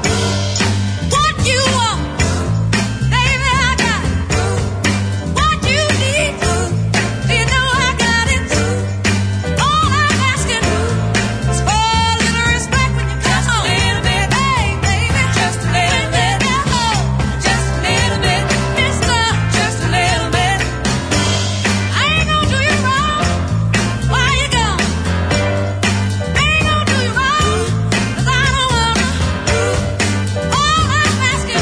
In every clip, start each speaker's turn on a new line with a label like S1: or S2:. S1: What you want, baby, I got it. What you need, you know I got it too. All I'm asking is for a little respect when you come home. Just a little bit, baby, just a little bit. Just a little bit, mister, just a little bit. I ain't gonna do you wrong while you gone. I ain't gonna do you wrong 'cause I don't wanna. All I'm asking is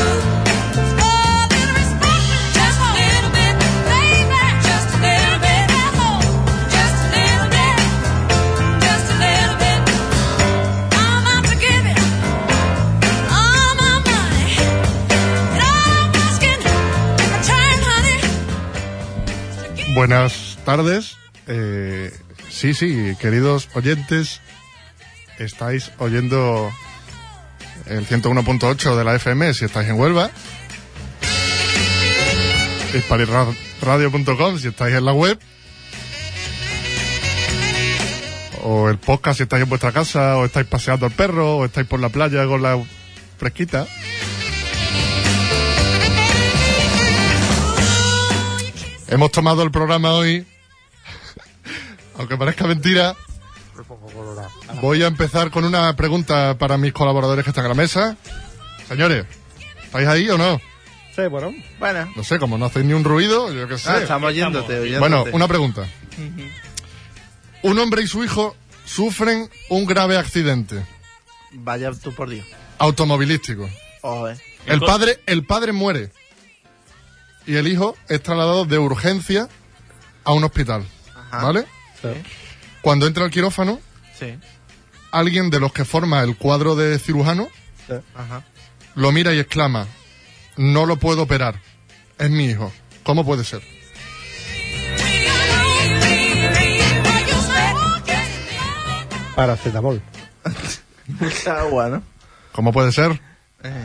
S1: for a little respect, just a little bit, baby, just a little bit, just a little bit, just a little bit. I'm out to give it all my money, and all I'm asking in return, honey, is to give.
S2: Buenas tardes. Eh, sí, sí, queridos oyentes, estáis oyendo el 101.8 de la FM si estáis en Huelva. Hispanirradio.com si estáis en la web. O el podcast si estáis en vuestra casa, o estáis paseando al perro, o estáis por la playa con la fresquita. Hemos tomado el programa hoy, aunque parezca mentira. Voy a empezar con una pregunta para mis colaboradores que están a la mesa. Señores, ¿estáis ahí o no?
S3: Sí, bueno.
S4: Bueno,
S2: No sé, como no hacéis ni un ruido, yo qué sé.
S4: ah, estamos oyéndote, oyéndote.
S2: Bueno, una pregunta. Un hombre y su hijo sufren un grave accidente
S4: Vaya tú por Dios.
S2: automovilístico.
S4: Ojo, eh.
S2: El padre, el padre muere y el hijo es trasladado de urgencia a un hospital.
S4: Ajá.
S2: ¿Vale?
S3: Sí.
S2: Cuando entra al quirófano,
S4: Sí,
S2: alguien de los que forma el cuadro de cirujano
S4: ajá.
S2: lo mira y exclama, no lo puedo operar, es mi hijo. ¿Cómo puede ser?
S3: Paracetamol.
S4: Mucha agua, ¿no?
S2: ¿Cómo puede ser?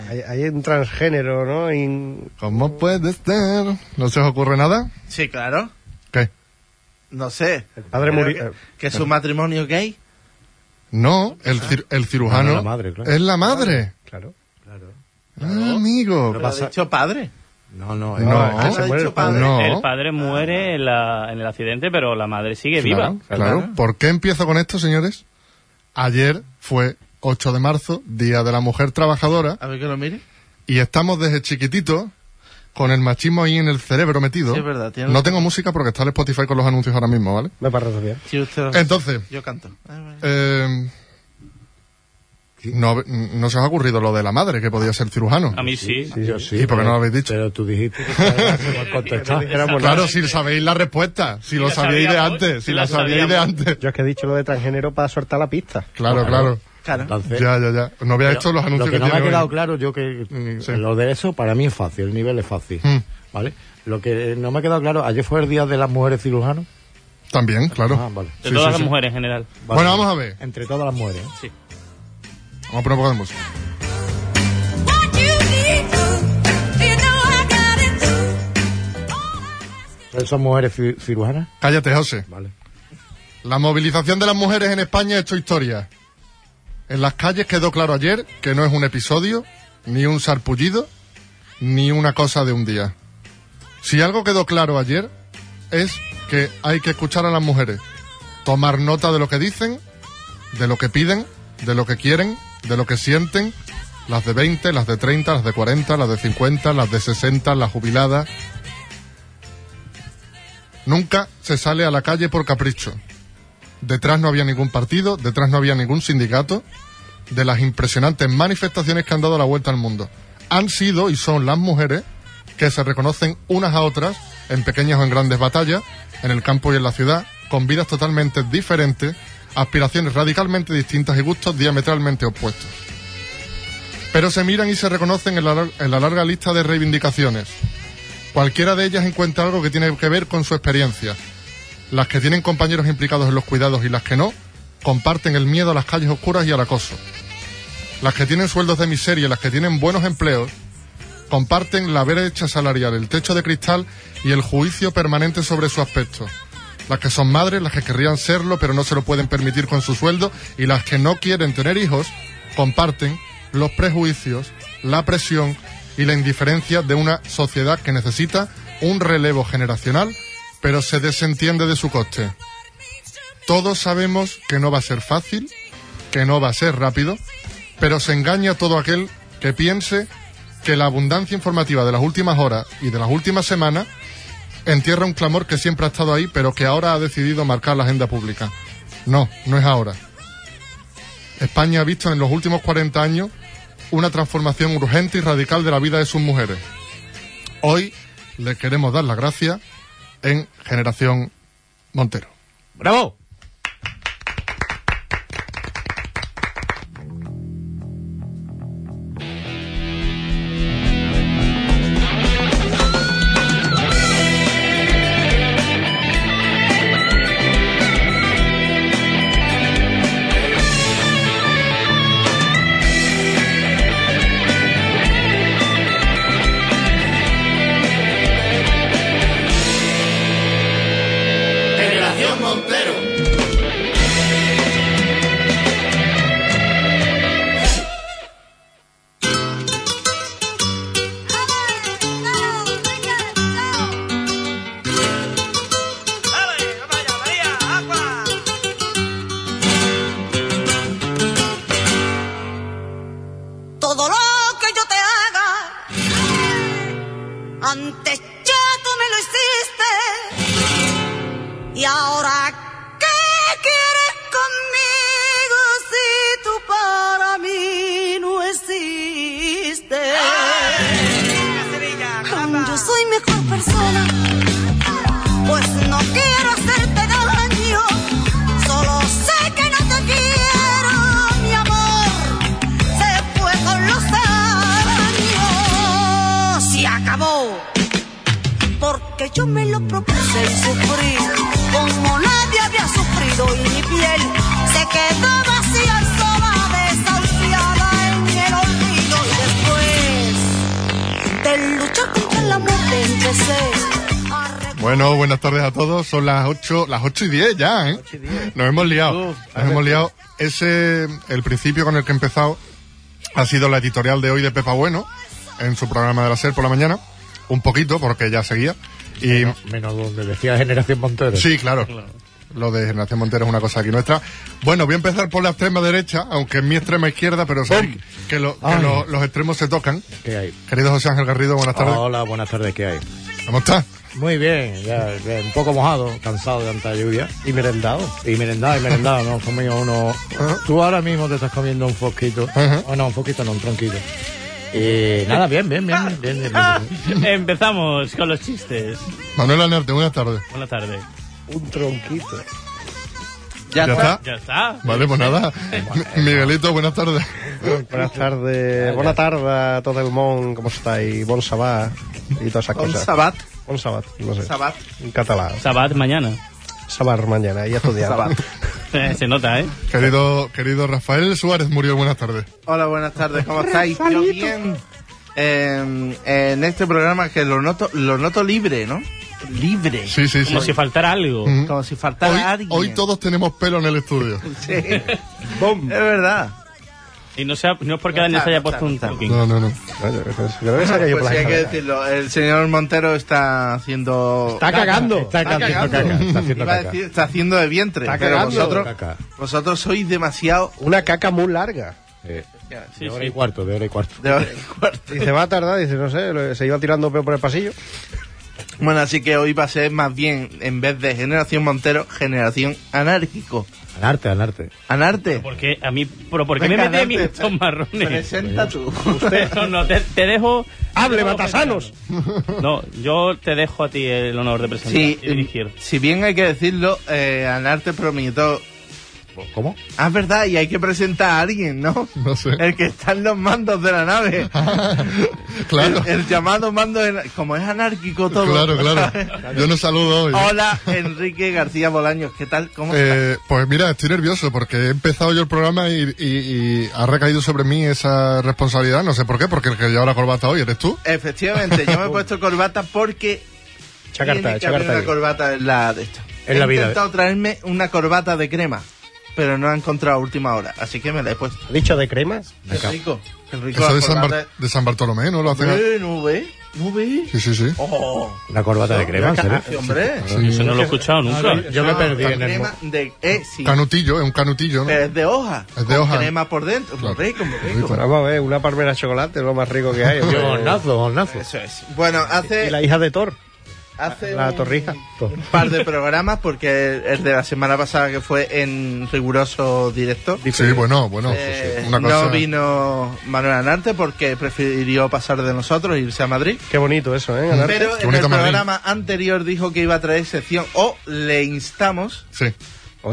S3: Hay, hay un transgénero, ¿no? In-
S2: ¿Cómo puede ser? ¿No se os ocurre nada?
S4: Sí, claro.
S2: ¿Qué?
S4: No sé.
S3: El padre
S4: Creo
S3: muri-
S4: que-
S3: eh,
S4: Que es un matrimonio gay.
S2: No, el, cir- el cirujano
S3: Ah, la madre, claro.
S2: es la madre.
S3: Claro.
S2: Ah, amigo.
S4: Pero eh. ha dicho padre.
S5: No, no,
S2: No,
S3: es que Ah, se
S4: Ha
S3: muere
S4: dicho
S3: el padre.
S2: no.
S6: El padre
S4: Ah.
S6: muere en, la- en el accidente, pero la madre sigue
S2: Claro,
S6: viva.
S2: claro. ¿Por qué empiezo con esto, señores? Ayer fue 8 de marzo, Día de la Mujer Trabajadora,
S4: A ver que lo mire.
S2: y estamos desde chiquititos con el machismo ahí en el cerebro metido.
S4: Sí, es verdad, tiene-
S2: no tengo música porque está el Spotify con los anuncios ahora mismo, ¿vale?
S3: Me parece bien.
S4: Si usted lo-
S2: Entonces,
S4: Yo canto. Ah, bueno.
S2: eh, no, no se os ha ocurrido lo de la madre, que podía ser cirujano.
S6: A mí sí.
S5: Sí, yo sí.
S2: ¿Y por qué no lo habéis dicho?
S5: Pero tú dijiste que estábamos contestado.
S2: Claro, si sabéis la respuesta, si lo
S6: la
S2: sabíais de
S6: sabíamos,
S2: antes, si
S6: sí
S2: la
S6: la
S2: sabíais de
S6: sabíamos.
S2: antes.
S3: Yo es que he dicho lo de transgénero para soltar la pista.
S2: Claro, claro.
S4: Claro.
S5: Entonces,
S2: Ya, ya, ya. No había
S5: pero
S2: hecho los anuncios
S5: lo que, no me
S2: tiene
S5: ha quedado
S2: hoy.
S5: claro, yo que mm,
S2: Sí.
S5: lo de eso para mí es fácil, el nivel es fácil,
S2: Mm.
S5: ¿vale? Lo que no me ha quedado claro, ayer fue el día de las mujeres cirujanos.
S2: También, claro.
S5: Ah, vale.
S6: De
S2: Sí,
S6: todas
S2: sí,
S6: las
S2: sí.
S6: mujeres en general.
S5: Vale.
S2: Bueno, vamos a ver.
S5: Entre todas las mujeres. ¿eh?
S2: Vamos a poner un poco de música.
S1: What you need, you know I got it too. All I'm asking.
S5: ¿Pero ¿Son mujeres ci- cirujanas?
S2: Cállate, José.
S5: Vale.
S2: La movilización de las mujeres en España ha hecho historia. En las calles quedó claro ayer que no es un episodio, ni un sarpullido, ni una cosa de un día. Si algo quedó claro ayer es que hay que escuchar a las mujeres, tomar nota de lo que dicen, de lo que piden, de lo que quieren, de lo que sienten, las de 20, las de 30, las de 40, las de 50, las de 60, las jubiladas. Nunca se sale a la calle por capricho. Detrás no había ningún partido, detrás no había ningún sindicato. De las impresionantes manifestaciones que han dado la vuelta al mundo. Han sido y son las mujeres que se reconocen unas a otras en pequeñas o en grandes batallas, en el campo y en la ciudad, con vidas totalmente diferentes, aspiraciones radicalmente distintas y gustos diametralmente opuestos. Pero se miran y se reconocen en la, lar- en la larga lista de reivindicaciones. Cualquiera de ellas encuentra algo que tiene que ver con su experiencia. Las que tienen compañeros implicados en los cuidados y las que no, comparten el miedo a las calles oscuras y al acoso. Las que tienen sueldos de miseria y las que tienen buenos empleos, comparten la brecha salarial, el techo de cristal y el juicio permanente sobre su aspecto. Las que son madres, las que querrían serlo pero no se lo pueden permitir con su sueldo y las que no quieren tener hijos, comparten los prejuicios, la presión y la indiferencia de una sociedad que necesita un relevo generacional pero se desentiende de su coste. Todos sabemos que no va a ser fácil, que no va a ser rápido, pero se engaña a todo aquel que piense que la abundancia informativa de las últimas horas y de las últimas semanas entierra un clamor que siempre ha estado ahí, pero que ahora ha decidido marcar la agenda pública. No, no es ahora. España ha visto en los últimos 40 años una transformación urgente y radical de la vida de sus mujeres. Hoy le queremos dar las gracias en Generación Montero.
S5: ¡Bravo!
S7: Generación Montero.
S1: Todo lo que yo te haga, antes ya tú me lo hiciste. Y ahora, ¿qué quieres conmigo si tú para mí no existes? Yo soy mejor persona, pues no quiero hacerte daño. Solo sé que no te quiero, mi amor se fue con los años y acabó. Porque yo me lo propuse y sufrí como nadie había sufrido y mi piel se quedó vacía y sola, desahuciada en el olvido y después de luchar contra la muerte empecé a recordar.
S2: Bueno, buenas tardes a todos. Son las 8, las 8 y 10 ya, ¿eh? Nos hemos liado.
S5: Uf,
S2: Nos hemos liado. Ese, el principio con el que he empezado ha sido la editorial de hoy de Pepa Bueno en su programa de la SER por la mañana. Un poquito, porque ya seguía. Y
S5: Menos donde decía Generación Montero.
S2: Sí, claro. Lo de Generación Montero es una cosa aquí nuestra. Bueno, voy a empezar por la extrema derecha, aunque es mi extrema izquierda, pero sé que, lo- que
S5: Ay.
S2: lo- los extremos se tocan.
S5: ¿Qué hay?
S2: Querido José Ángel Garrido, buenas tardes.
S5: Hola, buenas tardes, ¿qué hay?
S2: ¿Cómo estás?
S5: Muy bien, ya, ya un poco mojado, cansado de tanta lluvia.
S3: Y merendado.
S5: Y merendado, y merendado, no, comido uno. Tú ahora mismo te estás comiendo un fosquito.
S2: Ajá.
S5: O no, un fosquito, no, un tronquito. Y nada, bien, bien, bien, bien, bien, bien,
S2: Ah.
S5: bien.
S6: Empezamos con los chistes.
S2: Manuel Anarte, buenas tardes.
S6: Buenas tardes.
S3: Un tronquito.
S4: Ya,
S2: ¿Ya
S4: está.
S2: está?
S6: Ya está.
S2: Vale, pues nada. Miguelito, buenas tardes.
S3: Buenas tardes, buena tarda a todo el món, ¿cómo estáis? Bon sabat y todas esas
S4: Con
S3: cosas.
S4: Sabat.
S3: Bon sabat, no sé.
S4: Sabat.
S3: En catalán.
S6: Sabat mañana.
S3: Sabat mañana, y estudiar.
S4: Sabat.
S6: Eh, Se nota, ¿eh?
S2: Querido, querido Rafael Suárez murió, buenas tardes.
S4: Hola, buenas tardes, ¿cómo estáis? Yo bien. Eh, en este programa que lo noto, lo noto libre, ¿no? Libre.
S2: Sí, sí, sí.
S6: Como si faltara algo.
S2: Mm.
S4: Como si faltara
S2: Hoy,
S4: alguien.
S2: hoy todos tenemos pelo en el estudio.
S4: Sí. Es verdad.
S6: Y no, sea, no es porque Dani se haya puesto un token.
S2: No, no, no.
S3: Creo que saqué
S4: Pues
S3: yo por
S4: sí,
S3: la
S4: hay que
S3: escalera.
S4: decirlo. El señor Montero está haciendo.
S5: Está cagando. Está,
S4: Está
S5: haciendo
S4: cagando.
S5: caca. Está
S4: Iba
S5: haciendo
S4: a
S5: caca.
S4: decir, está haciendo de vientre.
S3: Está
S4: pero
S3: cagando.
S4: vosotros,
S5: Caca.
S4: vosotros sois demasiado.
S3: Una caca muy larga.
S5: Eh,
S6: Sí,
S5: de hora
S6: sí.
S5: y cuarto, de hora y cuarto.
S4: De hora y cuarto.
S3: Dice, va a tardar, dice, no sé, lo- se iba tirando peo por el pasillo.
S4: Bueno, así que hoy va a ser más bien, en vez de Generación Montero, Generación Anárquico.
S3: Anarte, anarte.
S4: Anarte.
S6: Porque a mí, pero ¿por qué
S4: Venga,
S6: me metí a mí
S4: Anarte,
S6: estos marrones?
S4: Presenta tú.
S6: No, no, te, te dejo.
S3: ¡Hable,
S6: te dejo
S3: Batasanos!
S6: presentar. No, yo te dejo a ti el honor de presentar
S4: Sí,
S6: y dirigir.
S4: si bien hay que decirlo, eh, Anarte prometió.
S5: ¿Cómo?
S4: Ah, es verdad, y hay que presentar a alguien, ¿no?
S2: No sé.
S4: El que está en los mandos de la nave.
S2: claro,
S4: El, el llamado mando, en- como es anárquico todo.
S2: claro, claro. Yo no saludo hoy. ¿eh?
S4: Hola, Enrique García Bolaños, ¿qué tal? ¿Cómo estás?
S2: Eh, pues mira, estoy nervioso porque he empezado yo el programa y, y- y ha recaído sobre mí esa responsabilidad. No sé por qué, porque el que lleva la corbata hoy eres tú.
S4: Efectivamente, yo me he puesto corbata porque
S3: Chacarta,
S4: tiene que haber
S3: chacarta.
S4: una corbata en la de esto.
S3: En
S4: he
S3: la vida.
S4: intentado traerme una corbata de crema, pero no la he encontrado a última hora, así que me la he puesto.
S3: ¿Dicho de cremas?
S4: Qué rico, qué rico.
S2: Eso
S4: la
S2: de San, Bar-
S4: corbata.
S2: de San Bartolomé, ¿no? Lo hacen. a-
S4: Eh, no ve, no ve.
S2: Sí, sí, sí.
S4: Oh,
S3: Una corbata de crema,
S4: ya
S3: ¿en serio?
S4: casi, hombre.
S6: Eso no lo he escuchado nunca.
S5: Yo me
S4: Ah,
S5: perdí
S4: con
S5: en el...
S4: crema de, eh, sí,
S2: Canutillo, es un canutillo, ¿no?
S4: pero es Eh, de hoja.
S2: Es de
S4: con
S2: hoja.
S4: crema por dentro, muy
S2: Claro.
S4: rico, muy rico.
S2: Rico.
S3: Vamos a ver, una palmera de chocolate es lo más rico que hay.
S5: mo- Yo, hornazo, hornazo.
S4: Eso es. Bueno, hace...
S3: Y la hija de Thor,
S4: hace
S3: la
S4: un-
S3: torrija.
S4: un par de programas porque el, el de la semana pasada que fue en riguroso directo.
S2: Sí, bueno, bueno.
S4: eh,
S2: una cosa.
S4: No vino Manuel Anarte porque prefirió pasar de nosotros e irse a Madrid.
S3: Qué bonito eso, ¿eh? Ganar.
S4: Pero
S2: Qué
S4: en el
S2: bonito Madrid.
S4: programa anterior dijo que iba a traer sección o le instamos,
S2: Sí,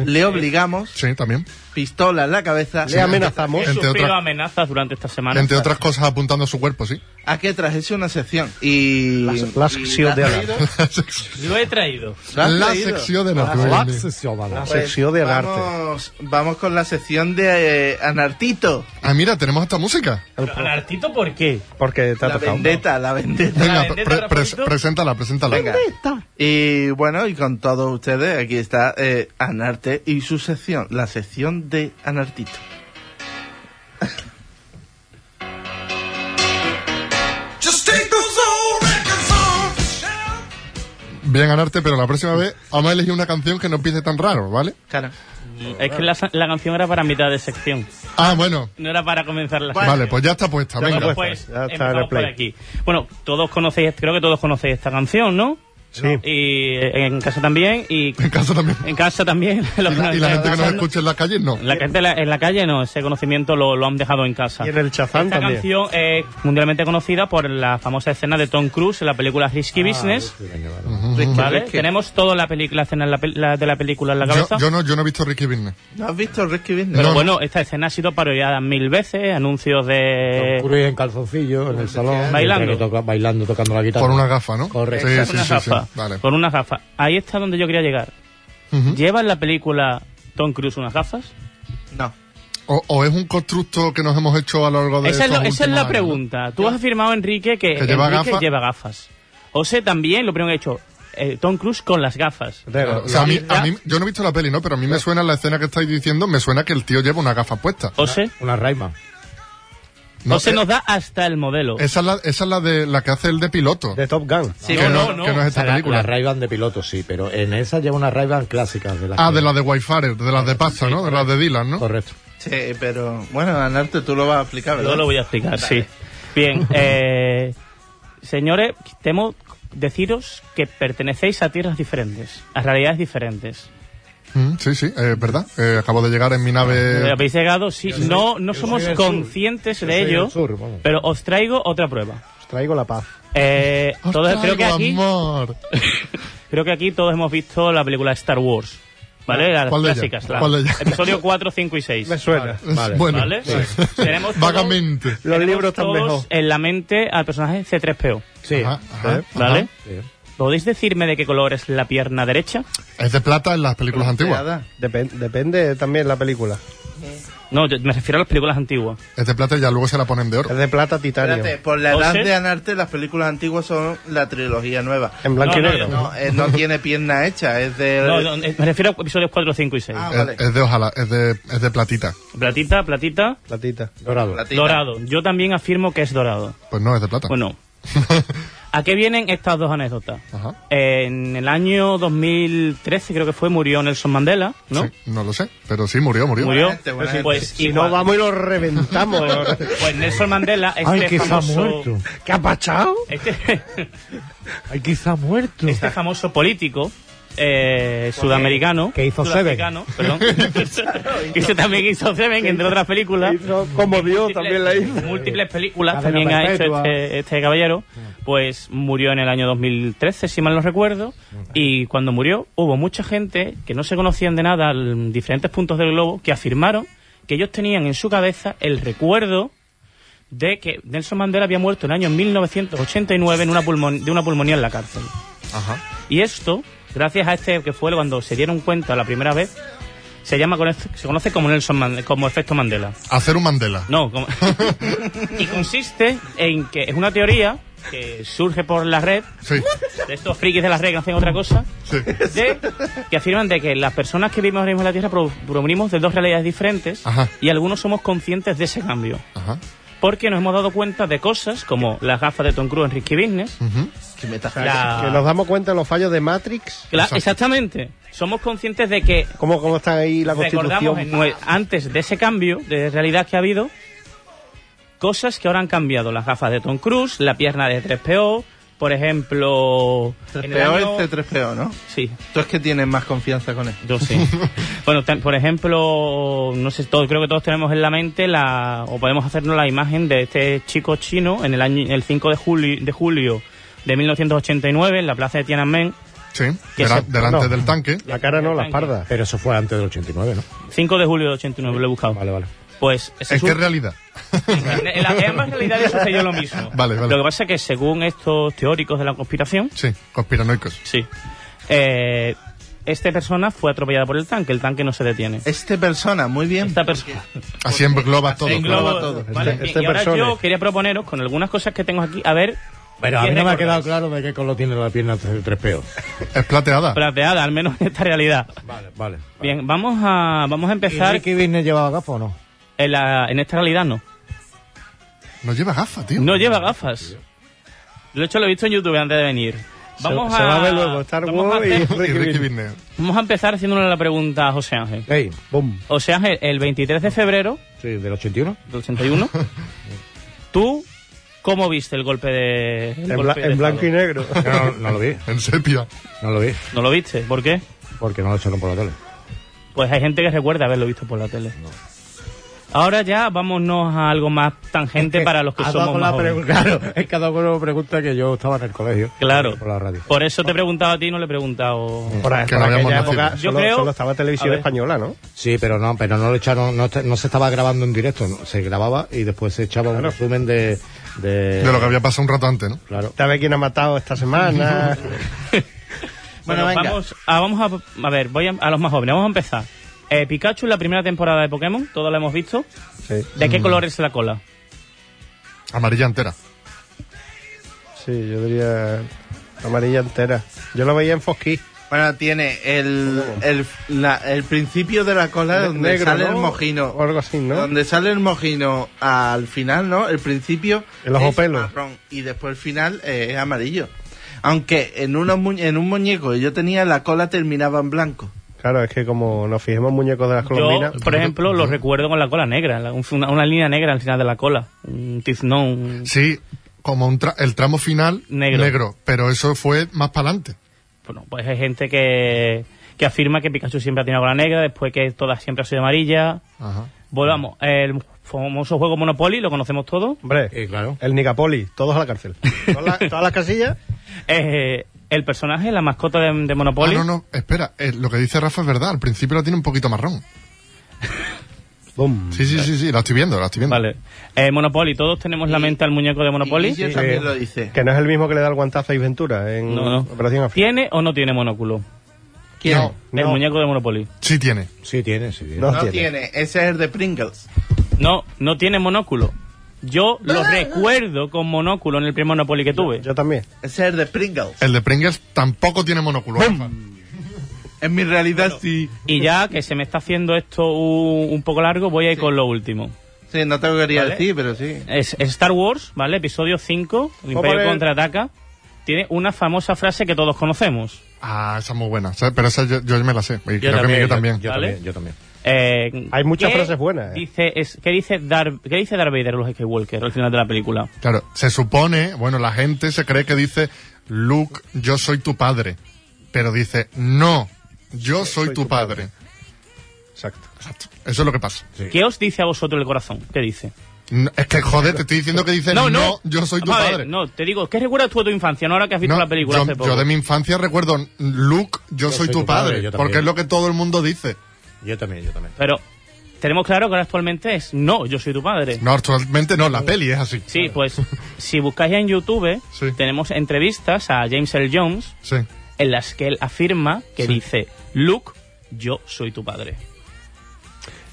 S4: le obligamos,
S2: sí, también.
S4: pistola en la cabeza,
S3: Le amenazamos.
S6: He
S2: Entre
S6: sufrido
S2: otras-
S6: amenazas durante esta semana.
S2: Entre otras cosas, apuntando a su cuerpo, sí.
S4: a que trajese una sección. Y.
S3: Las- las
S4: y
S3: sección de
S4: la has
S3: Alar.
S4: traído,
S6: Lo he traído.
S4: la has
S2: La
S4: traído.
S2: sección de la
S3: La
S4: Pues
S3: sección de arte.
S4: vamos, vamos con la sección de eh, Anartito.
S2: Ah, mira, tenemos hasta música.
S6: ¿Anartito por qué?
S3: Porque te ha
S4: La
S3: tocado.
S4: vendetta, la vendetta.
S2: Venga,
S6: vendetta,
S2: pre- pre-
S6: Rafaelito.
S2: preséntala, preséntala.
S4: Venga. Y bueno, y con todos ustedes, aquí está eh, Anarte y su sección, la sección de Anartito.
S7: Just take those old records off the shelf.
S2: Bien, Anarte, pero la próxima vez vamos a elegir una canción que no empiece tan raro, ¿vale?
S4: Claro.
S6: Es que la, la canción era para mitad de sección.
S2: Ah, bueno.
S6: No era para comenzar la
S2: Vale, pues ya está puesta,
S6: Bueno,
S2: venga.
S6: pues
S3: Ya está
S6: empezamos
S3: en el play.
S6: por aquí. Bueno, todos conocéis, creo que todos conocéis esta canción, ¿no?
S3: Sí.
S6: Y eh, en casa también, y
S2: En casa también.
S6: en casa también.
S2: Y la, y la gente que nos
S6: escucha
S2: escucha en la calle, no.
S6: La gente en la- en la calle no, ese conocimiento lo, lo han dejado en casa.
S3: Y en el chazán
S6: Esta
S3: también.
S6: canción es mundialmente conocida por la famosa escena de Tom Cruise en la película Risky
S3: Ah,
S6: Business.
S4: Risky,
S6: ¿Vale?
S4: Risky.
S6: Tenemos toda la película, la escena en la pel- la de la película en la
S2: Yo,
S6: cabeza.
S2: yo no, yo no he visto Ricky Business.
S4: ¿No has visto Risky Business?
S6: Pero
S2: no.
S6: bueno, esta escena ha sido parodiada mil veces, anuncios
S3: Eh,
S6: de...
S5: Curry en calzoncillo, en el salón.
S6: Bailando.
S5: mientras que toca- bailando, tocando la guitarra.
S2: Por una gafa, ¿no?
S5: Correcto.
S2: Sí,
S6: con
S2: sí,
S6: una
S2: sí, sí.
S6: gafa. Pues
S2: Vale.
S6: Con una gafa. Ahí está donde yo quería llegar.
S2: Ujú.
S6: ¿Lleva en la película Tom Cruise unas gafas?
S4: No.
S2: O, o es un constructo que nos hemos hecho a lo largo de
S6: Esa es,
S2: estos
S6: la- esa es
S2: últimos
S6: la
S2: años,
S6: pregunta. Tú has afirmado, Enrique, que,
S2: ¿Que lleva
S6: Enrique
S2: gafas?
S6: lleva gafas. O sé también, lo primero que he hecho, eh, Tom Cruise con las gafas.
S2: ¿no?
S5: Pero,
S2: O sea, a mí, a mí- yo no he visto la peli, ¿no? Pero a mí me suena la escena que estáis diciendo, me suena que el tío lleva una gafa puesta.
S6: O sé,
S5: Una raima.
S6: o se
S2: eh,
S6: nos da hasta el modelo.
S2: Esa es la, esa es la de la que hace el de piloto.
S3: De Top Gun.
S4: Sí,
S2: que,
S4: bueno,
S2: no, que no es esta
S5: O sea, la-
S2: película.
S5: La Ray-Ban de piloto, sí, pero en esa lleva una Ray-Ban clásica. De las
S2: ah,
S5: que-
S2: de la de Wayfarer, de las de Pazza, ¿no? De las de Dylan,
S3: Pues-
S2: ¿no?
S5: Correcto.
S4: Sí, pero bueno, Anarte tú lo vas a aplicar, ¿verdad?
S6: Yo lo voy a explicar, sí. Bien, eh, señores, temo deciros que pertenecéis a tierras diferentes, a realidades diferentes.
S2: Mm, sí, sí, es verdad. Eh, acabo de llegar en mi nave.
S6: Habéis llegado, sí, no, no
S5: yo
S6: somos
S5: soy del sur.
S6: conscientes
S5: Yo
S6: de
S5: soy del
S6: ello,
S5: sur, vamos.
S6: pero os traigo otra prueba.
S3: Os traigo la paz.
S6: Eh,
S2: Os
S6: todos- creo, que
S2: traigo
S6: aquí,
S2: amor.
S6: creo que aquí todos hemos visto la película Star Wars. ¿Vale? Las
S2: ¿Cuál de ellas?
S6: clásicas. la-
S2: ¿Cuál de ellas?
S6: episodio 4, 5 y 6.
S3: Me suena.
S5: Vale.
S2: bueno,
S6: ¿Vale? Tenemos todos-
S2: vagamente.
S3: Los
S6: tenemos
S3: libros están
S6: todos
S3: mejor.
S6: en la mente al personaje C3PO.
S5: Sí.
S2: Ajá,
S3: Eh,
S2: ajá,
S6: ¿Vale?
S2: ajá.
S5: Sí.
S6: ¿Podéis decirme de qué color es la pierna derecha?
S2: Es de plata en las películas antiguas.
S4: Nada.
S3: Depen- depende también la película.
S6: No, yo- me refiero a las películas antiguas.
S2: Es de plata y ya luego se la ponen de oro.
S3: Es de plata titanio.
S4: Espérate, por la
S6: ¿O
S4: edad
S6: sí?
S4: de Anarte, las películas antiguas son la trilogía nueva.
S3: En blanco
S6: No,
S3: y
S6: no,
S3: negro.
S4: No, eh, no tiene pierna hecha, es de...
S6: No, no, eh, me refiero a episodios 4, 5 y 6.
S4: Ah,
S2: Es,
S4: vale.
S2: es de ojalá, es de, es de platita.
S6: Platita, platita,
S3: Platita.
S5: Dorado.
S4: platita.
S2: Ah.
S6: dorado. Yo también afirmo que es dorado.
S2: Pues no, es de plata.
S6: Bueno, ¿A qué vienen estas dos anécdotas?
S2: Ajá.
S6: En el año 2013 creo que fue, murió Nelson Mandela, ¿no?
S2: Sí, no lo sé, pero sí murió, murió.
S6: Murió.
S4: Buena gente, buena gente.
S6: pues,
S3: Si
S6: igual-
S3: no, vamos y lo reventamos.
S6: pues Nelson Mandela, este
S5: Ay, que se ha
S6: famoso-
S5: muerto.
S3: ¿Qué ha pachado?
S6: Este,
S5: Ay, que se ha muerto.
S6: este famoso político eh, sudamericano.
S5: que hizo
S6: sudamericano, perdón. que hizo- también hizo Seven, entre otras películas.
S3: Como Dios
S6: Múltiples-
S3: también la hizo.
S6: Múltiples películas
S5: Cadena
S6: también ha hecho
S5: perpetua.
S6: este, este caballero. Pues murió en el año 2013, si mal no recuerdo. Y cuando murió, hubo mucha gente que no se conocían de nada en diferentes puntos del globo que afirmaron que ellos tenían en su cabeza el recuerdo de que Nelson Mandela había muerto en el año 1989 en una pulmon- de una pulmonía en la cárcel.
S2: Ajá.
S6: Y esto, gracias a este que fue cuando se dieron cuenta la primera vez, se llama con esto- se conoce como Nelson Mande- como efecto Mandela.
S2: Hacer un Mandela.
S6: No, como- y consiste en que es una teoría que surge por la red
S2: Sí,
S6: de estos frikis de las redes que no hacen otra cosa,
S2: sí.
S6: de- que afirman de que las personas que vivimos ahora mismo en la Tierra pro- provenimos de dos realidades diferentes
S2: Ajá.
S6: y algunos somos conscientes de ese cambio.
S2: Ajá.
S6: Porque nos hemos dado cuenta de cosas como las gafas de Tom Cruise en Risky Business,
S2: ujú.
S4: Que me estás
S6: la-
S3: Que nos damos cuenta de los fallos de Matrix.
S6: Cla-
S2: Exacto.
S6: exactamente. Somos conscientes de que
S3: ¿Cómo, cómo está ahí la
S6: recordamos
S3: constitución?
S6: en nue- antes de ese cambio de realidad que ha habido cosas que ahora han cambiado. Las gafas de Tom Cruise, la pierna de 3PO, por ejemplo... en el
S4: 3PO
S6: año-
S4: este 3PO, ¿no?
S6: Sí,
S4: Tú es que tienes más confianza con este. él.
S6: yo sí. bueno, tan- por ejemplo, no sé, todos, creo que todos tenemos en la mente la o podemos hacernos la imagen de este chico chino en el año el 5 de julio de julio de 1989 en la plaza de Tiananmen.
S2: Sí,
S6: Que
S2: dela-
S6: se-
S2: delante
S3: no.
S2: del tanque.
S3: La cara no, la espalda.
S5: Pero eso fue antes del 89, ¿no?
S6: 5 de julio de 89 lo he buscado.
S5: Vale, vale.
S6: Pues ese
S2: ¿En
S6: es un-
S2: qué realidad?
S6: En la- en ambas realidades sucedió lo mismo.
S2: Vale, vale.
S6: Lo que pasa es que según estos teóricos de la conspiración,
S2: Sí, conspiranoicos.
S6: sí, eh, esta persona fue atropellada por el tanque, el tanque no se detiene.
S4: Este persona, muy bien.
S6: Esta persona
S2: Así engloba todo.
S4: engloba
S2: claro.
S4: todo.
S6: Vale,
S5: Este-
S6: bien,
S5: este
S6: y ahora
S5: persona.
S6: yo quería proponeros con algunas cosas que tengo aquí a ver
S5: Pero a mí
S6: ¿Quién
S5: no me ha
S6: recordáis?
S5: quedado claro de qué color tiene la pierna el 3PO.
S2: Es plateada.
S6: plateada, al menos en esta realidad.
S5: Vale, vale.
S6: Bien, vamos a vamos a empezar
S5: que Business llevaba gafas o no?
S6: en, la- en esta realidad no.
S2: No lleva gafas, tío.
S6: No lleva gafas. Lo he hecho lo he visto en YouTube antes de venir. Vamos
S3: se
S6: a
S3: va a ver luego Star
S6: vamos a
S3: Wars y
S6: hacer-
S2: Y
S3: Ricky
S2: Ricky
S3: Bobby.
S2: Bisney.
S6: vamos a empezar haciéndole la pregunta a José Ángel.
S5: Ey, boom.
S6: José Ángel, el 23 de febrero
S5: Sí, del 81.
S6: del 81. ¿Tú cómo viste el golpe de. el
S3: En, bla-
S6: golpe de
S3: en blanco y
S6: Estado?
S3: negro.
S5: No, no lo vi,
S2: En sepia.
S5: no lo vi,
S6: ¿No lo viste? ¿Por qué?
S5: porque no lo echaron por la tele.
S6: Pues hay gente que recuerda haberlo visto por la tele. Ahora ya vámonos a algo más tangente para los que
S5: Ha dado
S6: somos
S5: con
S6: más
S5: la
S6: jóvenes.
S5: pregu- Claro, es que ha dado con la pregunta que yo estaba en el colegio.
S6: Claro.
S5: Por la radio.
S6: Por eso te he preguntado a ti y no le he preguntado.
S3: Por,
S2: Que
S3: por
S2: no habíamos
S3: aquella
S2: nacido.
S3: época
S6: Yo
S3: solo,
S6: creo-
S3: solo estaba
S6: a
S3: televisión
S6: ver.
S3: española, ¿no?
S5: Sí, pero no, pero no lo echaron, no, te- no se estaba grabando en directo, no, se grababa y después se echaba un resumen de, de...
S2: De lo que había pasado un rato antes, ¿no?
S5: Claro.
S3: ¿Sabes quién ha matado esta semana?
S4: Bueno, venga.
S6: Vamos, a, vamos a, a ver, voy a, a los más jóvenes. Vamos a empezar. Eh, Pikachu, la primera temporada de Pokémon, todos la hemos visto.
S3: sí,
S6: ¿De qué color es la cola?
S2: Amarilla entera.
S3: sí, yo diría amarilla entera. Yo lo veía en Fosquí.
S4: Bueno, tiene el, el, la- el principio de la cola
S3: Ne-
S4: donde
S3: negro,
S4: sale
S3: ¿no?
S4: el mojino.
S3: O algo así, ¿no?
S4: Donde sale el mojino al final, ¿no? El principio
S3: El ojo
S4: es
S3: pelo.
S4: marrón y después el final eh, es amarillo. Aunque en, unos mu- en un muñeco que yo tenía la cola terminaba en blanco.
S3: Claro, es que como nos fijemos muñecos de las
S6: Yo,
S3: colombinas.
S6: por ejemplo, lo recuerdo con la cola negra, la- un- una, una línea negra al final de la cola. Un tiznón. un-
S2: Sí, como un tra- el tramo final
S6: Negro.
S2: Pero eso fue más para adelante.
S6: Bueno, pues hay gente que, que afirma que Pikachu siempre ha tenido cola negra, después que todas siempre ha sido amarilla.
S2: Ajá.
S6: Volvamos, el famoso juego Monopoly, lo conocemos todos.
S3: Hombre,
S5: Eh, claro.
S3: el Nicapoli, todos a la cárcel. Todas las, todas las casillas.
S6: Eh, el personaje, la mascota de, de
S2: Ah,
S6: Monopoly.
S2: no, no, espera. eh, lo que dice Rafa es verdad. Al principio la tiene un poquito marrón.
S3: Boom.
S2: Sí, sí, sí, sí. La estoy viendo, la estoy viendo.
S6: Vale. Eh, Monopoly, todos tenemos la mente al muñeco de Monopoly.
S4: Y yo también lo hice.
S3: Que no es el mismo que le da el guantazo a Isventura en
S6: No, no.
S3: Operación África.
S6: ¿Tiene o no tiene monóculo?
S4: ¿Quién?
S2: No,
S6: El
S3: No.
S6: muñeco de Monopoly.
S2: sí tiene.
S5: Sí, tiene, sí tiene.
S3: No.
S4: No
S3: tiene.
S4: tiene. Ese es el de Pringles.
S6: No, no tiene monóculo. Yo lo recuerdo con monóculo en el primer Monopoly que tuve.
S3: Yo también.
S4: Ese es el de Pringles.
S2: El de Pringles tampoco tiene monóculo. Rafa.
S4: En mi realidad sí.
S6: Y ya que se me está haciendo esto un, un poco largo, voy a ir con lo último.
S4: Sí, no te lo quería
S6: Vale.
S4: decir, pero sí.
S6: Es, es Star Wars, ¿vale? Episodio 5, el
S3: Vamos a
S6: Imperio
S3: ver.
S6: contraataca. tiene una famosa frase que todos conocemos.
S2: Ah, esa es muy buena. ¿sabes? Pero esa yo, yo me la sé. Y creo que Miguel también.
S5: Yo
S6: ¿Vale?
S5: también, yo también.
S6: Eh,
S3: Hay muchas
S6: ¿qué
S3: frases buenas, eh.
S6: Dice, es, ¿qué, dice Darth, ¿Qué dice Darth Vader a los Skywalker al final de la película?
S2: Claro, se supone, bueno, la gente se cree que dice, Luke, yo soy tu padre. Pero dice, no, yo soy, tu, padre.
S3: Exacto.
S2: Eso es lo que pasa.
S6: ¿Qué os dice a vosotros el corazón? ¿Qué dice?
S2: No, es que, joder, te estoy diciendo que dice, no, yo soy tu
S6: Vamos a ver,
S2: padre.
S6: no, te digo, ¿qué recuerdas tú de tu infancia? No ahora que has visto
S2: No,
S6: la película
S2: yo,
S6: hace poco.
S2: yo de mi infancia recuerdo, Luke, yo, soy, tu padre,
S5: yo también.
S2: porque es lo que todo el mundo dice.
S5: Yo también, yo también.
S6: Pero tenemos claro que ahora actualmente es no, yo soy tu padre.
S2: No, actualmente no, la peli es así.
S6: Sí, pues si buscáis en YouTube,
S2: Sí.
S6: tenemos entrevistas a James L. Jones
S2: Sí.
S6: en las que él afirma que
S2: Sí.
S6: dice, Luke, yo soy tu padre.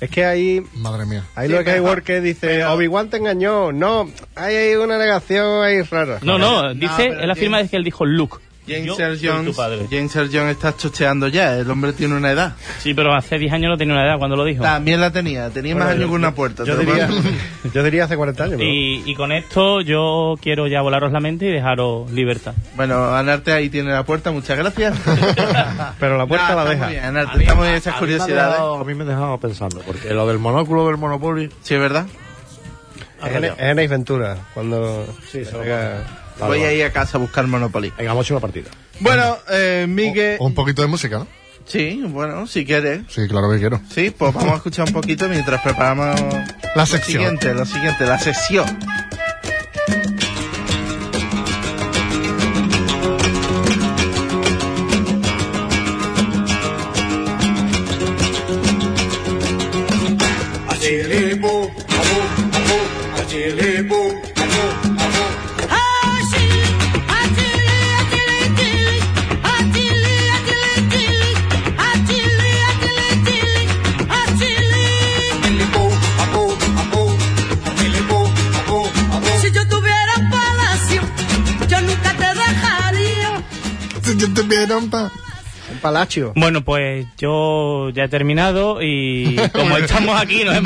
S3: Es que ahí
S2: Madre mía.
S3: Ahí lo que hay Worker dice, Obi-Wan te engañó. No, ahí hay una negación ahí rara.
S6: No, no,
S4: No,
S6: dice,
S4: pero
S6: él afirma
S4: James-
S6: que él dijo Luke.
S4: James
S6: yo
S4: Earl
S6: soy tu
S4: Jones,
S6: padre.
S4: James Earl Jones está chocheando ya, el hombre tiene una edad.
S6: Sí, pero hace 10 años no tenía una edad cuando lo dijo.
S4: También la tenía, tenía más años que una puerta.
S3: Yo
S4: te lo
S3: diría,
S4: mando.
S3: yo diría hace 40 años. pero-
S6: Y, y con esto yo quiero ya volaros la mente y dejaros libertad.
S4: Bueno, Anarte ahí tiene la puerta, muchas gracias.
S3: Pero la puerta
S4: No,
S3: la
S4: está
S3: deja.
S4: muy bien, Anarte, está muy bien esas curiosidades.
S5: A mí me he dejado pensando, porque lo del monóculo del Monopoly.
S4: Sí, es verdad.
S3: Es en- es en Ace Ventura, cuando... llega-
S4: Voy a ir a casa a buscar Monopoly.
S5: Venga, vamos a una partida.
S4: Bueno, eh, Miguel.
S3: Oh,
S2: O- un poquito de música, ¿no?
S4: Sí, bueno, si quieres.
S2: Sí, claro que quiero.
S4: Sí, pues vamos a escuchar un poquito mientras preparamos
S2: La
S4: lo
S2: sección.
S4: siguiente, lo siguiente, la sección.
S1: Si yo tuviera palacio, yo nunca te dejaría.
S3: Un palacio.
S6: Bueno, pues yo ya he terminado y como estamos aquí nos
S2: Y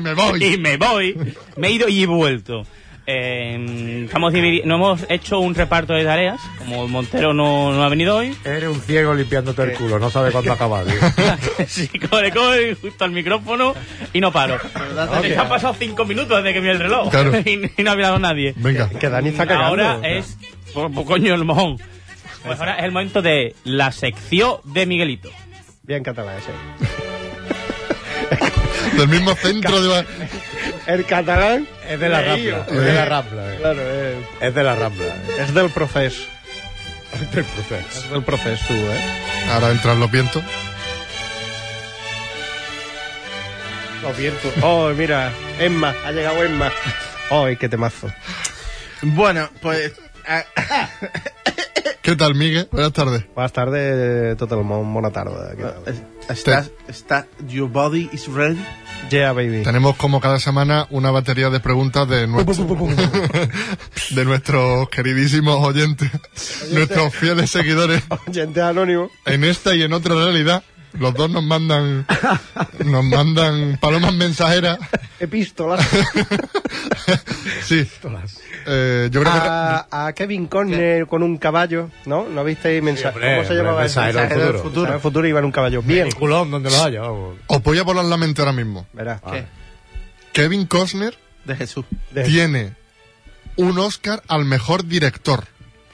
S2: me voy, y me
S6: hemos...
S2: voy.
S6: y me voy. Me he ido y he vuelto. Eh, estamos dividi- no hemos hecho un reparto de tareas, como Montero no, no ha venido hoy.
S5: Eres un ciego limpiándote el culo, no sabe cuándo acabar. digo.
S6: Sí, coge, coge justo al micrófono y no paro. Se han pasado cinco minutos desde que vi el reloj
S2: Claro.
S6: y, y no ha hablado nadie.
S2: Venga.
S3: Que Dani está cagando.
S6: ahora es... por- por coño, el mojón. Pues ahora es el momento de la sección de Miguelito.
S3: Bien catalán ese.
S2: Del mismo centro de... la-
S3: El catalán...
S5: Es de la Rambla, es de la Rambla. eh.
S3: Claro, es,
S5: Es de la Rambla. eh.
S3: es del profes.
S5: Es del proceso.
S3: Es del profes tú, ¿eh?
S2: Ahora entran los vientos.
S3: Los vientos. Oh, mira, Emma, ha llegado Emma. Oh, qué temazo.
S4: Bueno, pues a-
S2: ¿Qué tal, Miguel? Buenas tardes.
S3: Buenas tardes, Total Mon, buena tarde. ¿Qué tal?
S4: está, está your body is ready.
S3: Yeah, baby.
S2: Tenemos como cada semana una batería de preguntas de, nuestro- de nuestros queridísimos oyentes, nuestros fieles seguidores.
S3: Gente anónimo.
S2: En esta y en otra realidad, los dos nos mandan, nos mandan palomas mensajeras.
S3: Epístolas.
S2: Sí. Eh, yo creo que
S3: Ah. a, a Kevin Conner con un caballo, ¿no? ¿No visteis mensaje?
S5: hombre,
S3: ¿Cómo se
S5: hombre,
S3: llamaba?
S5: mensajero del
S3: Mensajero
S5: futuro.
S3: En el futuro iba en un caballo. Bien.
S5: El culón donde lo haya, vamos.
S2: os voy a volar la mente ahora mismo.
S3: Verás.
S4: ¿Qué?
S2: Kevin Costner
S4: De Jesús.
S3: Eh.
S2: tiene un Oscar al mejor director.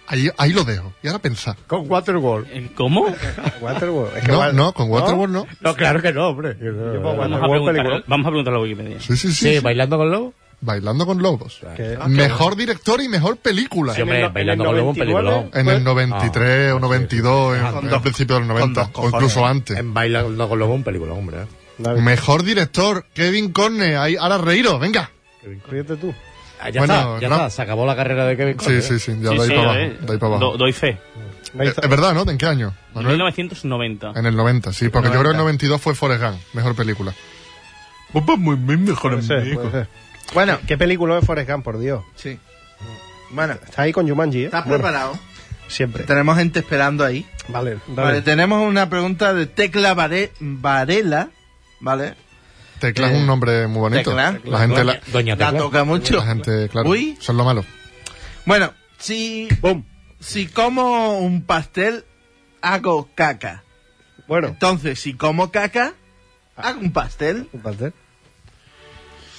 S2: Ahí, ahí lo dejo. Y ahora pensad.
S5: Con Waterworld.
S6: Eh, ¿Cómo?
S3: Waterworld. Es que
S2: No,
S3: va-
S2: no, con Waterworld no.
S5: No, claro que no, hombre.
S6: Vamos a,
S3: Buen
S6: preguntar,
S3: película.
S6: vamos a preguntarlo a Wikipedia.
S2: Sí, sí, sí.
S5: Sí, bailando con lobo.
S2: Bailando con Lobos.
S3: que-
S2: Mejor director y mejor película.
S5: Sí, hombre,
S3: en el
S5: bailando con lobo, un
S3: 99,
S5: peliculón.
S2: en el 93
S3: Pues,
S2: o 92, en, en el principio del 90, o incluso antes.
S5: En bailando con lobo, un peliculón, hombre. eh.
S3: David,
S2: Mejor director, Kevin Conner. Ahí, ahora reíros, venga.
S3: ríete tú.
S5: Ah, ya
S2: Bueno,
S5: está, ya
S2: no.
S5: está. Se acabó la carrera de Kevin
S2: Sí,
S5: Conner.
S2: sí, sí, ya
S6: Sí,
S2: de ahí
S6: sí,
S2: para
S6: eh,
S2: abajo. de ahí para abajo.
S6: do- doy fe.
S3: No
S2: Eh,
S3: hizo-
S2: es verdad, ¿no? ¿De en qué año? Manuel?
S6: 1990.
S2: En el 90, sí, porque yo creo que el 92 fue Forrest Gump, mejor película.
S3: puede ser, puede ser.
S4: Bueno,
S3: ¿Qué película es Forrest Gump, por Dios?
S4: sí. Bueno,
S3: Está ahí con Jumanji, ¿eh?
S4: ¿estás
S3: Bueno,
S4: preparado?
S3: siempre.
S4: Tenemos gente esperando ahí.
S3: Vale, dale.
S4: Vale, tenemos una pregunta de Tecla Vare- Varela. ¿Vale?
S2: Tecla
S4: Eh,
S2: es un nombre muy bonito.
S4: Tecla.
S2: La gente, la,
S5: Doña
S4: La
S5: Tecla.
S4: toca mucho.
S2: la gente, claro,
S4: Uy.
S2: son lo malo.
S4: Bueno, sí.
S3: Boom.
S4: si como un pastel, hago caca.
S3: Bueno,
S4: Entonces, si como caca, hago un pastel.
S3: un pastel.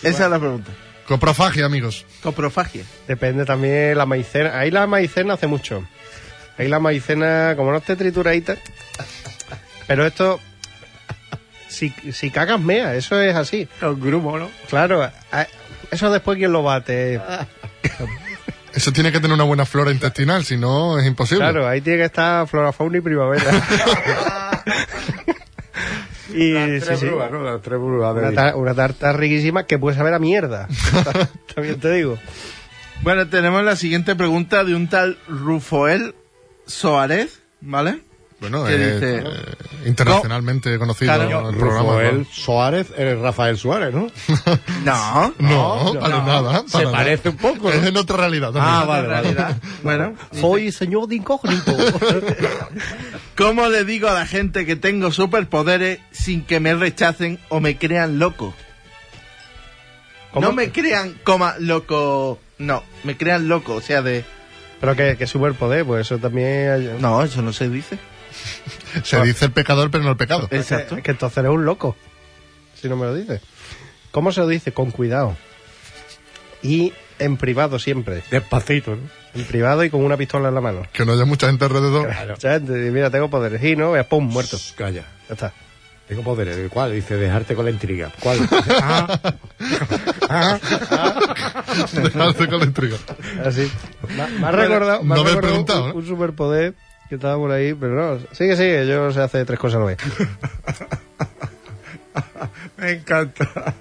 S4: Esa es la pregunta.
S2: Coprofagia, amigos.
S4: Coprofagia.
S3: Depende también la maicena. Ahí la maicena hace mucho. Ahí la maicena, como no esté trituradita. Pero esto. Si, si cagas mea, eso es así.
S6: Los grumos, ¿no?
S3: Claro, a- eso después quien lo bate.
S2: Eso tiene que tener una buena flora intestinal, si no es imposible.
S3: Claro, ahí tiene que estar flora, fauna y primavera. y sí, sí.
S5: ¿no? Las tres brujas de
S3: Una,
S5: ahí.
S3: tar- una tarta riquísima que puede saber a mierda. También te digo.
S4: Bueno, tenemos la siguiente pregunta de un tal Rufoel Soares, ¿vale?
S2: Bueno,
S4: ¿Qué
S2: es
S4: dice?
S2: eh, internacionalmente conocido
S4: Claro.
S2: el programa.
S5: Rafael
S2: ¿no?
S5: Suárez, eres Rafael Suárez, ¿no?
S4: No.
S2: No, para nada.
S5: Se parece un poco,
S2: Es
S5: ¿no?
S2: en otra realidad. ¿no?
S5: Ah, vale, vale.
S4: realidad. Bueno,
S3: Soy señor de incógnito.
S4: ¿cómo le digo a la gente que tengo superpoderes sin que me rechacen o me crean loco? No me crean, coma, loco. No, me crean loco, o sea, de.
S3: Pero que, que superpoder, pues eso también. hay-
S4: No, eso no se dice.
S2: Se dice el pecador, pero no el pecado.
S4: Exacto.
S3: Es que entonces eres un loco. Si no me lo dices. ¿Cómo se lo dice? Con cuidado. Y en privado siempre.
S5: Despacito, ¿no?
S3: En privado y con una pistola en la mano.
S2: Que no haya mucha gente alrededor.
S3: O sea, te dice, mira, tengo poderes. Y no, veas, pum, muerto.
S5: Shh, Calla.
S3: Ya está.
S5: Tengo poderes. ¿Cuál? Dice, dejarte con la intriga. ¿Cuál?
S2: Dejarse con la intriga.
S3: Así. Ah, Me, me ha recordado, me ha
S2: no me he
S3: recordado
S2: preguntado,
S3: un,
S2: ¿eh?
S3: un superpoder que estaba por ahí, pero no. Sigue, sigue. Yo sé hace tres cosas a la vez.
S5: Me encanta.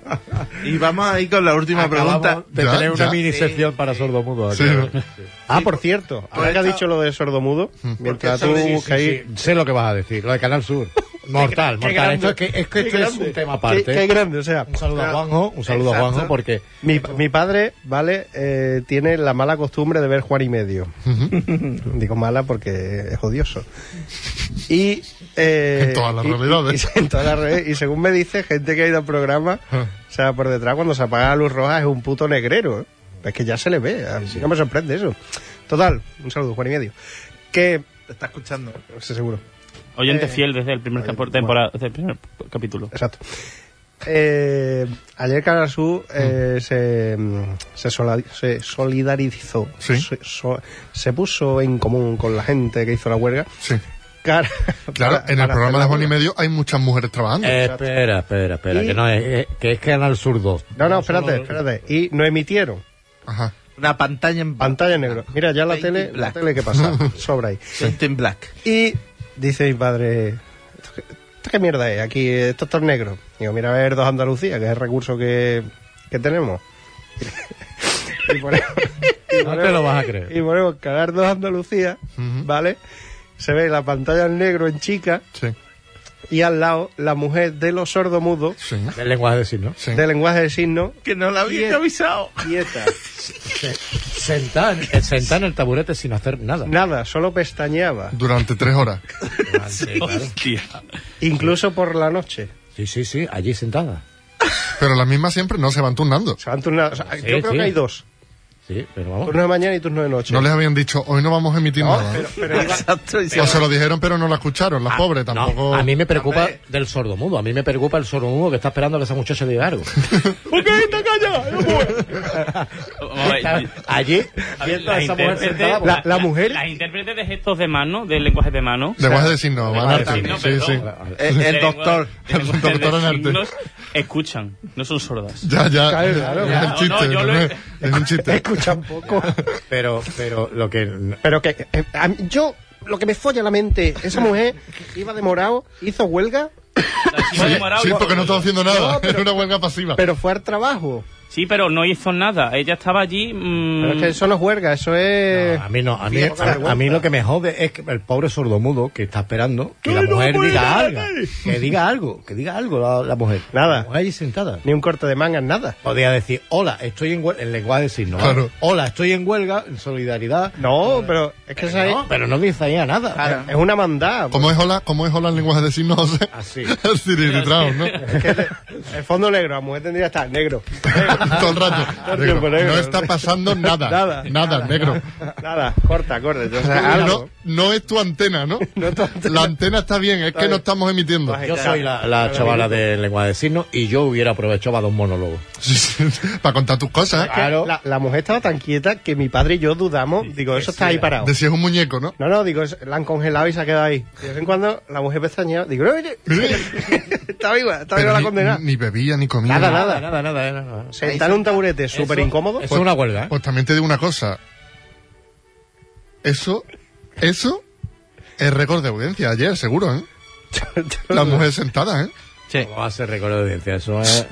S4: Y vamos ahí con la última pregunta.
S5: Te
S2: Ya,
S5: tener
S2: ya.
S5: una mini sección para sordomudo.
S2: Sí, Mm.
S5: claro.
S2: ¿no?
S3: Ah, por cierto. Ahora que has dicho lo de sordomudo, mientras tú
S5: Sí, sí,
S3: buscas ahí.
S5: sí. Sé lo que vas a decir, lo de Canal Sur. Mortal,
S3: Qué
S5: mortal.
S3: grande,
S5: Esto es que, es que
S3: qué
S5: esto es
S3: grande.
S5: un tema
S3: Qué-
S5: aparte.
S3: qué grande, o sea.
S5: Un saludo a Juanjo, un saludo a Juanjo,
S4: Exacto.
S5: porque
S3: Mi, mi padre, ¿vale? Eh, tiene la mala costumbre de ver Juan y medio. Digo mala porque es odioso. Y. eh,
S2: En todas las
S3: y-
S2: realidades.
S3: Y, en todas las redes. Y según me dice, gente que ha ido al programa,
S2: Ah.
S3: o sea, por detrás, cuando se apaga la luz roja, es un puto negrero. ¿eh? Es que ya se le ve. A mí no me sorprende eso. Total, un saludo, Juan y medio. Que.
S4: Te está escuchando.
S3: sí, seguro.
S6: Oyente fiel desde el primer, tempo- temporada, desde el primer capítulo.
S3: Exacto. Eh, ayer Canal Sur eh, se, mm, se, sola- se solidarizó,
S2: Sí.
S3: se, so- se puso en común con la gente que hizo la huelga.
S2: Sí.
S3: Cara-
S2: Claro,
S3: para-
S2: en el
S3: para
S2: programa de
S3: hacer la
S2: Juan y
S3: huelga.
S2: Medio hay muchas mujeres trabajando.
S5: Eh, espera, espera, espera,
S3: Y-
S5: que no es, eh, que es Canal Sur 2.
S3: No, no, espérate, espérate. Y no emitieron.
S2: Ajá.
S4: Una pantalla en
S3: Pantalla negra. Mira, ya la
S4: Painting
S3: tele, la
S4: black.
S3: tele que pasa. Sobra ahí.
S4: Painting black.
S3: Y dice mi padre, ¿esto qué, esto qué mierda es? Aquí, esto es todo negro. Digo, mira a ver dos Andalucía, que es el recurso que, que tenemos. y ponemos, y
S5: No te lo vas a creer.
S3: Y ponemos Canal dos Andalucía, ¿vale? Se ve la pantalla en negro en chica
S2: Sí.
S3: y al lado la mujer de los sordomudos
S2: Sí.
S5: El lenguaje de signos.
S2: Sí.
S3: de lenguaje de signos
S4: Que no la había avisado.
S3: quieta.
S5: Sentada en, eh, sentada en el taburete sin hacer nada.
S3: Nada, solo pestañeaba.
S2: Durante tres horas.
S5: Sí, claro.
S6: Hostia.
S3: Incluso por la noche.
S5: sí, sí, sí, allí sentada.
S2: Pero las mismas siempre no se van turnando.
S3: Se van turnando. o sea,
S5: Sí,
S3: yo creo
S5: sí.
S3: que hay dos.
S5: Sí, pero vamos.
S3: Turno de mañana y turno de noche.
S2: No les habían dicho, hoy no vamos a emitir nada.
S4: Exacto. y se
S2: o
S4: va.
S2: se lo dijeron, pero no la escucharon. Las pobres tampoco.
S5: No, a mí me preocupa del sordomudo. A mí me preocupa el sordomudo que está esperando a que esa muchacha diga algo.
S6: ¿Por qué te callas? Vamos a ver,
S5: Allí,
S6: a ver,
S5: viendo a
S6: las
S5: esa mujer
S6: intérpretes-
S5: sentada,
S3: la- la mujer-
S6: Las intérpretes de gestos de mano, de lenguajes de mano.
S2: Lenguaje de signos, van
S6: lenguaje de
S2: arte.
S6: signos,
S2: Sí, sí.
S6: perdón.
S4: Eh, El,
S6: de lengua-
S4: doctor.
S6: de lenguajes
S2: El doctor
S6: de
S2: en arte.
S6: signos, Escuchan, no son sordas.
S2: Ya, ya. Es
S6: Ya,
S2: el
S6: no,
S2: chiste.
S6: yo lo
S2: no
S6: he-
S2: es, es un chiste.
S3: Escucha un poco.
S5: pero, pero lo que
S3: Pero que eh, a mí- yo, lo que me folla la mente, esa mujer iba de morado, hizo huelga,
S6: Sí, morado,
S2: Sí,
S6: yo-
S2: porque no está haciendo nada.
S3: No, pero-
S2: es una huelga pasiva.
S3: pero fue al trabajo.
S6: Sí, pero no hizo nada. Ella estaba allí. mm,
S3: Pero es que eso no es huelga, eso es...
S5: No, Ah, a mí no, a mí,
S3: Bien,
S5: a, a mí lo que me jode es que el pobre sordomudo que está esperando que la mujer diga algo, que diga algo, que diga algo la, la mujer.
S3: Nada.
S5: La mujer allí sentada.
S3: Ni un corte de mangas, nada.
S5: Podría decir, hola, estoy en huelga, en lenguaje de signos. ¿vale?
S2: Claro.
S5: Hola, estoy en huelga, en solidaridad.
S3: No, pero es que esa es, ah,
S5: No, pero no dice ahí nada.
S3: es una mandada.
S2: ¿Cómo es hola? ¿Cómo es hola el lenguaje de signos, José?
S5: Así.
S2: El Cirilitrao, ¿no?
S3: porque El fondo negro, la mujer tendría que estar negro.
S2: Todo el rato.
S3: Todo el tiempo
S2: Negro.
S3: negro.
S2: No está pasando nada.
S3: Nada.
S2: nada, negro.
S3: Nada, corta, corta. Entonces,
S2: No,
S3: algo.
S2: no es tu antena, ¿no?
S3: No es tu antena.
S2: La antena está bien, es que no estamos emitiendo.
S5: Yo soy la, la chavala de lengua de signos y yo hubiera aprovechado para dos monólogos.
S2: Sí, sí, Para contar tus cosas. ¿eh?
S3: Que
S5: Claro.
S3: La, la mujer estaba tan quieta que mi padre y yo dudamos. Digo, eso está ahí parado.
S2: De si es un muñeco, ¿no?
S3: No, no, digo, es- la han congelado y se ha quedado ahí. De vez en cuando la mujer pestañea. Digo, no, oye, está viva, está viva
S2: Pero
S3: la
S2: ni-
S3: condena.
S2: Ni bebía ni comía.
S3: Nada,
S2: ¿no?
S3: nada.
S5: nada, nada. nada, nada.
S3: Sentar en un taburete súper incómodo.
S5: Eso es una huelga, ¿eh?
S2: Pues también te digo una cosa. Eso, eso es récord de audiencia ayer, seguro, ¿eh? La mujer sentada, ¿eh?
S5: ¿Cómo va a ser récord de audiencia? Eso es...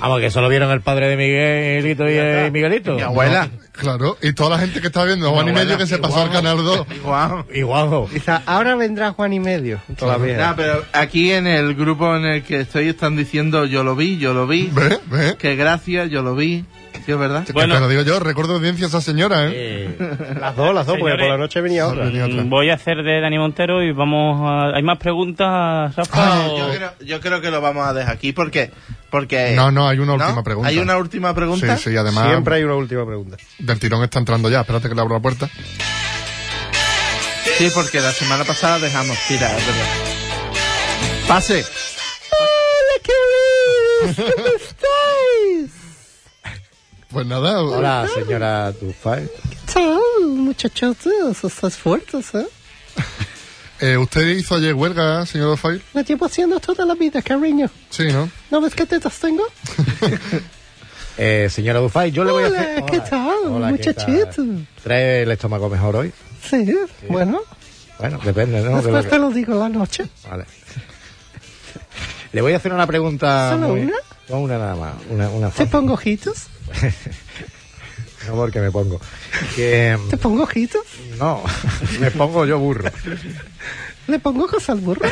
S5: Vamos, que eso lo vieron el padre de Miguelito y, eh, Miguelito.
S4: Mi abuela.
S2: Claro, y toda la gente que estaba viendo, Juan y
S5: abuela,
S2: medio que se pasó al canal 2.
S4: Guau.
S5: Y Juanjo.
S3: Quizá ahora vendrá Juan y medio. Todavía.
S4: Nah, pero aquí en el grupo en el que estoy están diciendo yo lo vi, yo lo vi,
S2: ¿Ve? ¿Ve?
S4: que gracias, yo lo vi. Sí, es verdad.
S2: Que
S6: Bueno.
S2: Te lo digo yo, récord de audiencia esa señora, ¿eh?
S5: Eh,
S3: Las dos, las dos, porque
S6: Señores.
S3: por la noche venía otra.
S2: Venía otra.
S6: Mm, Voy a hacer de Dani Montero y vamos a... ¿Hay más preguntas, Rafa?
S2: Ah,
S6: o-
S4: Yo creo, yo creo que lo vamos a dejar aquí porque... porque
S2: No, no, hay una última
S4: ¿no?
S2: pregunta.
S4: ¿Hay una última pregunta?
S2: Sí, sí, además.
S3: Siempre hay una última pregunta.
S2: Del tirón está entrando ya, espérate que le abro la puerta.
S4: Sí, porque la semana pasada dejamos tira, es verdad. Pase.
S2: Pues nada,
S5: hola, señora Dufay.
S8: Oh, muchachosos, estás fuertes, ¿eh?
S2: eh, ¿usted hizo ayer huelga, señor Ofair?
S8: Lo llevo haciendo toda la vida, cariño.
S2: Sí, ¿no?
S8: ¿No ves qué tetas tengo?
S5: Eh, señora Dufay, yo le voy a hacer...
S8: Hola, ¿qué tal,
S5: ¿qué tal?
S8: muchachito?
S5: ¿Trae el estómago mejor hoy?
S8: Sí, bueno,
S5: Bueno, depende, ¿no? De lo
S8: después
S5: que-
S8: te lo digo la noche.
S5: Vale. Le voy a hacer una pregunta...
S8: ¿Solo
S5: muy-
S8: una?
S5: No, una nada más. Una, una
S8: Te
S5: fácil.
S8: pongo ojitos,
S5: Mi amor, que me pongo. Que, mm,
S8: te pongo ojitos,
S5: no, me pongo yo burro.
S8: le pongo cosas al burro.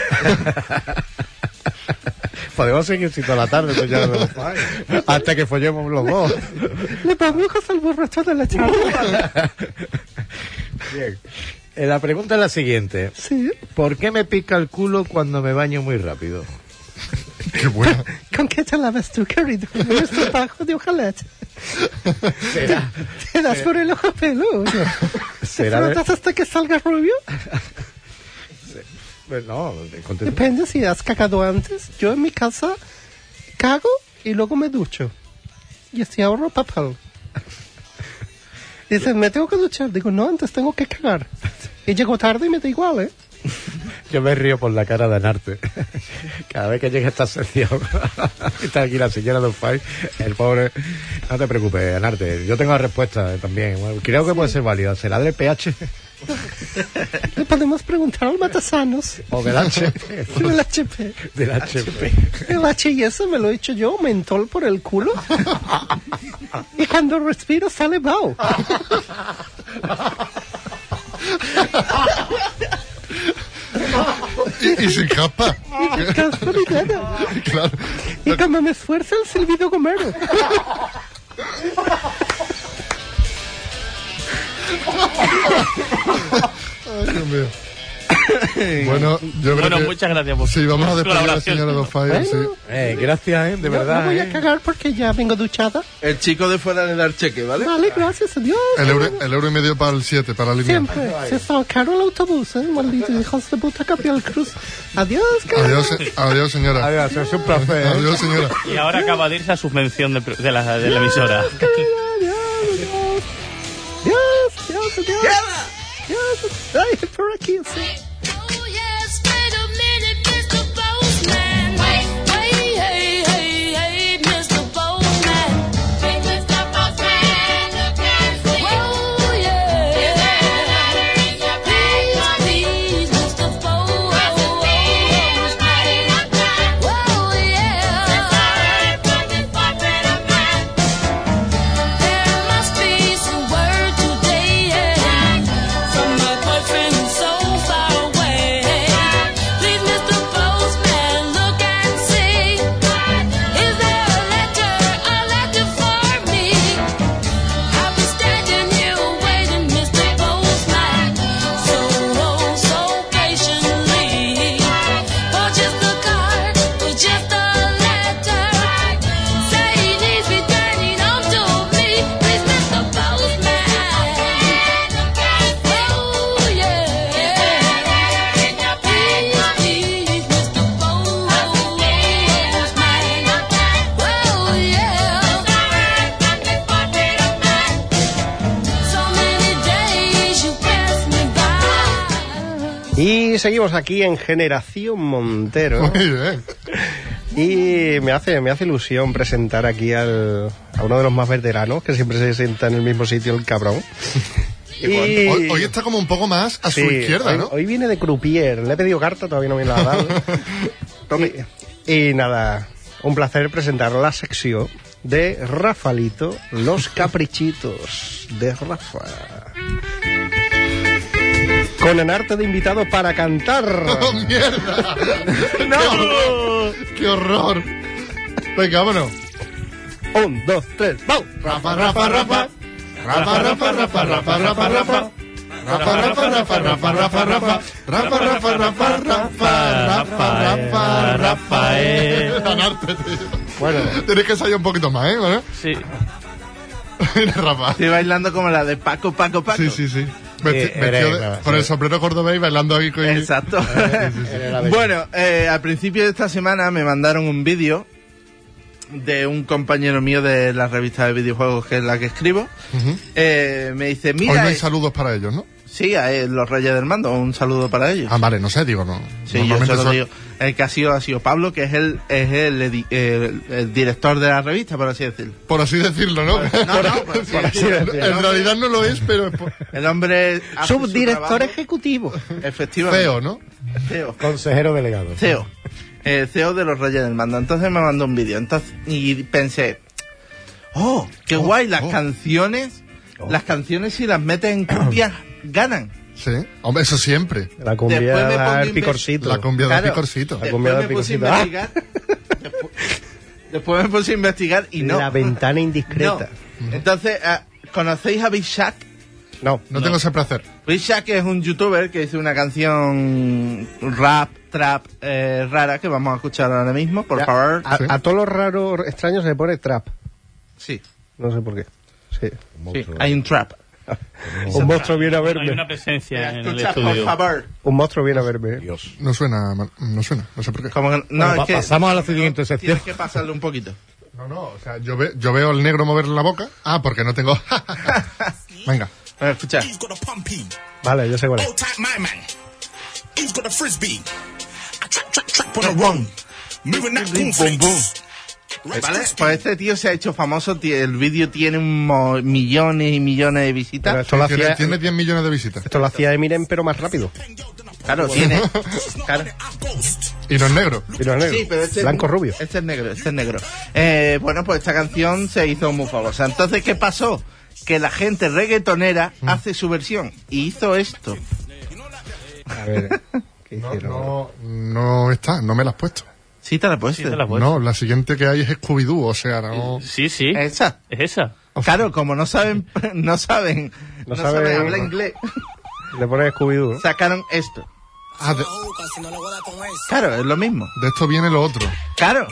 S5: Podemos seguir si toda la tarde, pues ya no lo sabe. hasta que follemos los dos.
S8: Le pongo cosas al burro toda la charla.
S5: Bien. Eh, La pregunta es la siguiente.
S8: Sí,
S5: ¿Por qué me pica el culo cuando me baño muy rápido?
S2: Qué buena.
S8: ¿con qué te lavas tú, querido? ¿Con tu tajo de ojalete? ¿Te das por el ojo peludo? ¿Te
S5: ¿Será de-
S8: frotas hasta que salga rubio?
S5: Pues no, contento.
S8: Depende si has cagado antes. Yo en mi casa cago y luego me ducho. Y así ahorro papel. Dicen, me tengo que duchar. Digo, no, antes tengo que cagar. Y llego tarde y me da igual, ¿eh?
S5: Yo me río por la cara de Anarte. Cada vez que llega esta sección, está aquí la señora Dufay, el pobre. No te preocupes, Anarte. Yo tengo la respuesta eh, también. Bueno, creo que puede ser válida. ¿Será del pH
S8: Le podemos preguntar al matasanos.
S5: o del HP?
S8: El HP.
S5: Del HP.
S8: El HS me lo he hecho yo, mentol por el culo. Y cuando respiro sale bao.
S2: Y, y sin capa.
S8: Y caspa mi dedo.
S2: Claro.
S8: Y cuando me esfuerzo el silbido gomero.
S2: Ay, Dios mío. Bueno, yo creo
S6: Bueno,
S2: que...
S6: muchas gracias por
S2: Sí, vamos a
S6: por su
S2: despedir a la
S6: colaboración.
S2: señora Dofire, sí.
S8: pues,
S5: Eh, gracias, eh, de verdad.
S8: no voy
S5: eh.
S8: a cagar porque ya vengo duchada.
S4: El chico de fuera le da el cheque, ¿vale?
S8: Vale, gracias a Dios.
S2: El euro, el euro y medio para el 7, para el
S8: Siempre. Se estaba caro el autobús, ¿eh? Maldito hijos de puta Gabriel Cruz. Adiós, cabrón.
S2: Adiós, se- adiós, señora.
S5: Adiós, es un placer. eh.
S2: Adiós, señora.
S6: Y ahora acaba de irse a subvención de, pro- de la, de la emisora.
S8: Adiós, adiós. Adiós, adiós, adiós. Adiós. Ay, por aquí, sí.
S1: Oh yes, wait a minute, Mr. Boseman. Wait, wait, hey, hey, hey, Mr. Boseman. Hey, Mr. Boseman, look and see. Oh yeah, is there another in your please, please, Mr. Boseman. Oh yeah, it's alright for the boyfriend of mine. There must be some word today, yeah. From my boyfriend who's so far away. oh,
S3: seguimos aquí en Generación Montero.
S2: Muy bien.
S3: Y me hace, me hace ilusión presentar aquí al, a uno de los más veteranos, que siempre se sienta en el mismo sitio, el cabrón. Y-
S2: Hoy, hoy está como un poco más a su
S3: sí,
S2: izquierda,
S3: hoy,
S2: ¿no?
S3: hoy viene de croupier. Le he pedido carta, todavía no me la ha dado. y, y nada, un placer presentar la sección de Rafalito, los caprichitos de Rafa. Con el arte de invitado para cantar.
S2: ¡Oh, mierda!
S3: ¡No!
S2: ¡Qué horror! Venga, vámonos.
S3: Un, dos, tres, ¡vamos!
S2: Rafa, Rafa, Rafa. Rafa, Rafa, Rafa, Rafa, Rafa, Rafa. Rafa, Rafa, Rafa, Rafa, Rafa, Rafa. Rafa, Rafa, Rafa, Rafa, Rafa, Rafa,
S6: Rafael.
S2: Ganarte, tío.
S3: Bueno.
S2: Tienes que salir un poquito más, ¿eh? Bueno,
S6: Sí.
S2: mira, Rafa.
S4: Estoy bailando como la de Paco, Paco, Paco.
S2: Sí, sí, sí. Vesti-
S5: Sí,
S2: vestido
S5: eres,
S2: de-
S5: Rafa,
S2: con
S5: sí.
S2: el sombrero cordobés y bailando ahí con...
S4: Exacto. bueno, eh, al principio de esta semana me mandaron un vídeo de un compañero mío de la revista de videojuegos que es la que escribo.
S2: Ujú.
S4: Eh, me dice,
S2: Hoy no
S4: mira,
S2: hay
S4: eh,
S2: saludos para ellos, ¿no?
S4: sí, a eh, los Reyes del Mando, un saludo para ellos.
S2: Ah, vale, no sé, digo, no.
S4: Sí, yo
S2: Normalmente
S4: se lo
S2: son-
S4: digo. El que ha sido ha sido Pablo, que es el, es el, edi- el- el director de la revista, por así decirlo.
S2: Por así decirlo, ¿no?
S4: No, no, por así decirlo.
S2: En realidad no lo es, pero es po-
S4: El hombre... hace su
S3: Subdirector
S4: trabajo,
S3: ejecutivo.
S4: Efectivamente.
S2: feo, ¿no?
S4: Feo.
S5: Consejero delegado.
S4: CEO. eh, CEO de los Reyes del Mando. Entonces me mandó un vídeo. Entonces, y pensé, oh, qué guay, las
S2: oh.
S4: canciones, las canciones si las metes en cumbia, ganan.
S2: Sí. Hombre, eso siempre.
S3: La cumbia
S4: Después me pongo
S3: da el
S4: inve-
S3: picorcito.
S2: La cumbia del
S4: Claro.
S2: picorcito.
S3: La cumbia
S4: Después
S3: del
S4: me puse a
S3: picorcito. Ah.
S4: investigar. despu- después me puse a investigar y no.
S3: La ventana
S4: No.
S3: indiscreta.
S4: Entonces, ah, ¿conocéis a Big Shaq?
S3: No.
S2: No tengo ese placer.
S4: Big Shaq es un youtuber que hizo una canción rap, trap, eh, rara, que vamos a escuchar ahora mismo, por
S3: Ya,
S4: favor.
S3: A,
S2: Sí.
S3: a todos los raros extraños se le pone trap.
S4: Sí,
S3: No sé por qué. Sí.
S4: sí, hay un trap.
S3: Un monstruo viene a
S6: Hay
S3: verme.
S6: una presencia en el
S4: Escucha, por
S6: estudio.
S4: favor.
S3: Un monstruo viene a verme.
S5: Dios.
S2: No suena, mal- no suena, no sé por qué.
S4: Como que- no,
S5: Bueno,
S4: es
S5: pa-
S4: que
S5: pasamos a la siguiente sección.
S4: tienes que pasarle un poquito.
S2: No, no, o sea, yo, ve- yo veo al negro mover la boca. Ah, porque no tengo. Venga.
S4: A ver, escucha.
S7: He's gonna pump him.
S3: Vale, yo sé cuál es.
S7: Old type my man. He's got a frisbee. I trap, trap, trap on the run. Moving that boom, boom,
S4: ¿Vale? Pues este tío se ha hecho famoso, ti- el vídeo tiene un mo- millones y millones de
S3: Pero
S4: visitas.
S3: esto, lo
S2: Tiene,
S3: hacía,
S2: tiene 10 millones de visitas.
S3: esto lo hacía Eminem, pero más rápido.
S4: Claro, tiene. claro.
S2: Y no es negro.
S3: Pero negro.
S4: Sí, pero este es-
S3: Blanco rubio.
S4: Este es negro, este es negro. Eh, bueno, pues esta canción se hizo muy famosa. Entonces, ¿qué pasó? Que la gente reggaetonera hace su versión y hizo esto.
S3: A ver. ¿Qué
S2: No,
S3: hicieron?
S2: no, no está, no me la has puesto.
S4: Sí, te la puedes.
S6: Sí, te la puedes.
S2: No, la siguiente que hay es Scooby-Doo, o sea, no.
S6: Sí, sí. Es
S4: Esa.
S6: esa.
S4: Claro, como no saben, no saben, no,
S3: No saben-
S4: saben, hablar inglés,
S3: Le pone Scooby-Doo. ¿no?
S4: sacaron esto.
S2: Ah, de,
S4: Claro, es lo mismo.
S2: de esto viene lo otro.
S4: Claro.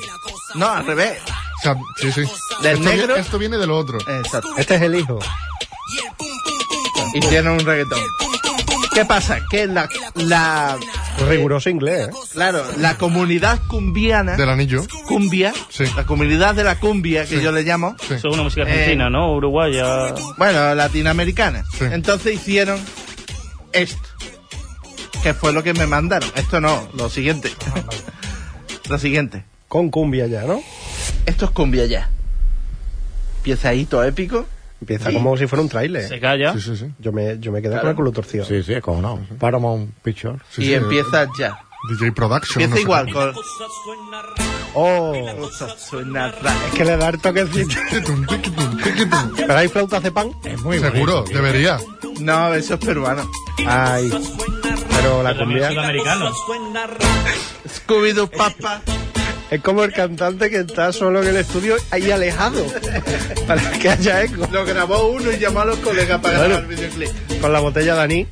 S4: No, al revés.
S2: O sea, sí, sí.
S4: Del
S2: esto, vi-
S4: negro. ¿Eh?
S2: esto viene de lo otro.
S4: Exacto.
S3: Este es el hijo.
S4: Hicieron un reggaetón. ¿Qué pasa? Que la, la,
S3: Riguroso inglés, ¿eh?
S4: claro, la comunidad cumbiana,
S2: Del anillo.
S4: cumbia,
S2: Sí.
S4: la comunidad de la cumbia, que yo le llamo,
S2: Sí.
S6: Eso es una música argentina,
S4: Eh,
S6: ¿no? Uruguaya.
S4: bueno, latinoamericana.
S2: Sí.
S4: Entonces hicieron esto, que fue lo que me mandaron. Esto no, lo siguiente.
S2: Ah,
S4: lo siguiente.
S3: Con cumbia ya, ¿no?
S4: Esto es cumbia ya. Piezadito épico.
S3: Empieza como si fuera un tráiler.
S6: Se calla.
S2: Sí, sí, sí.
S3: Yo me, yo me quedé con el culo torcido.
S5: Sí, sí, como no. Paramount Picture.
S2: Sí, eh,
S4: y
S2: sí,
S4: empieza ya.
S2: DJ Production. no
S4: Empieza
S2: sé
S4: igual
S2: qué.
S4: con...
S3: ¡Oh!
S4: Cosa suena rara.
S3: Es que le da el toquecito.
S2: Tiquitum, tiquitum, tiquitum.
S3: ¿Pero hay flautas de pan? Es muy
S2: Seguro, debería.
S4: No, eso es peruano.
S3: Ay. Pero la
S6: También
S3: cumbia...
S6: sudamericano.
S4: Scooby-Doo Papa.
S3: Es como el cantante que está solo en el estudio ahí alejado. para que haya eco.
S4: Lo grabó uno y llamó a los colegas para
S3: Claro.
S4: grabar el videoclip.
S3: Con la botella de anís,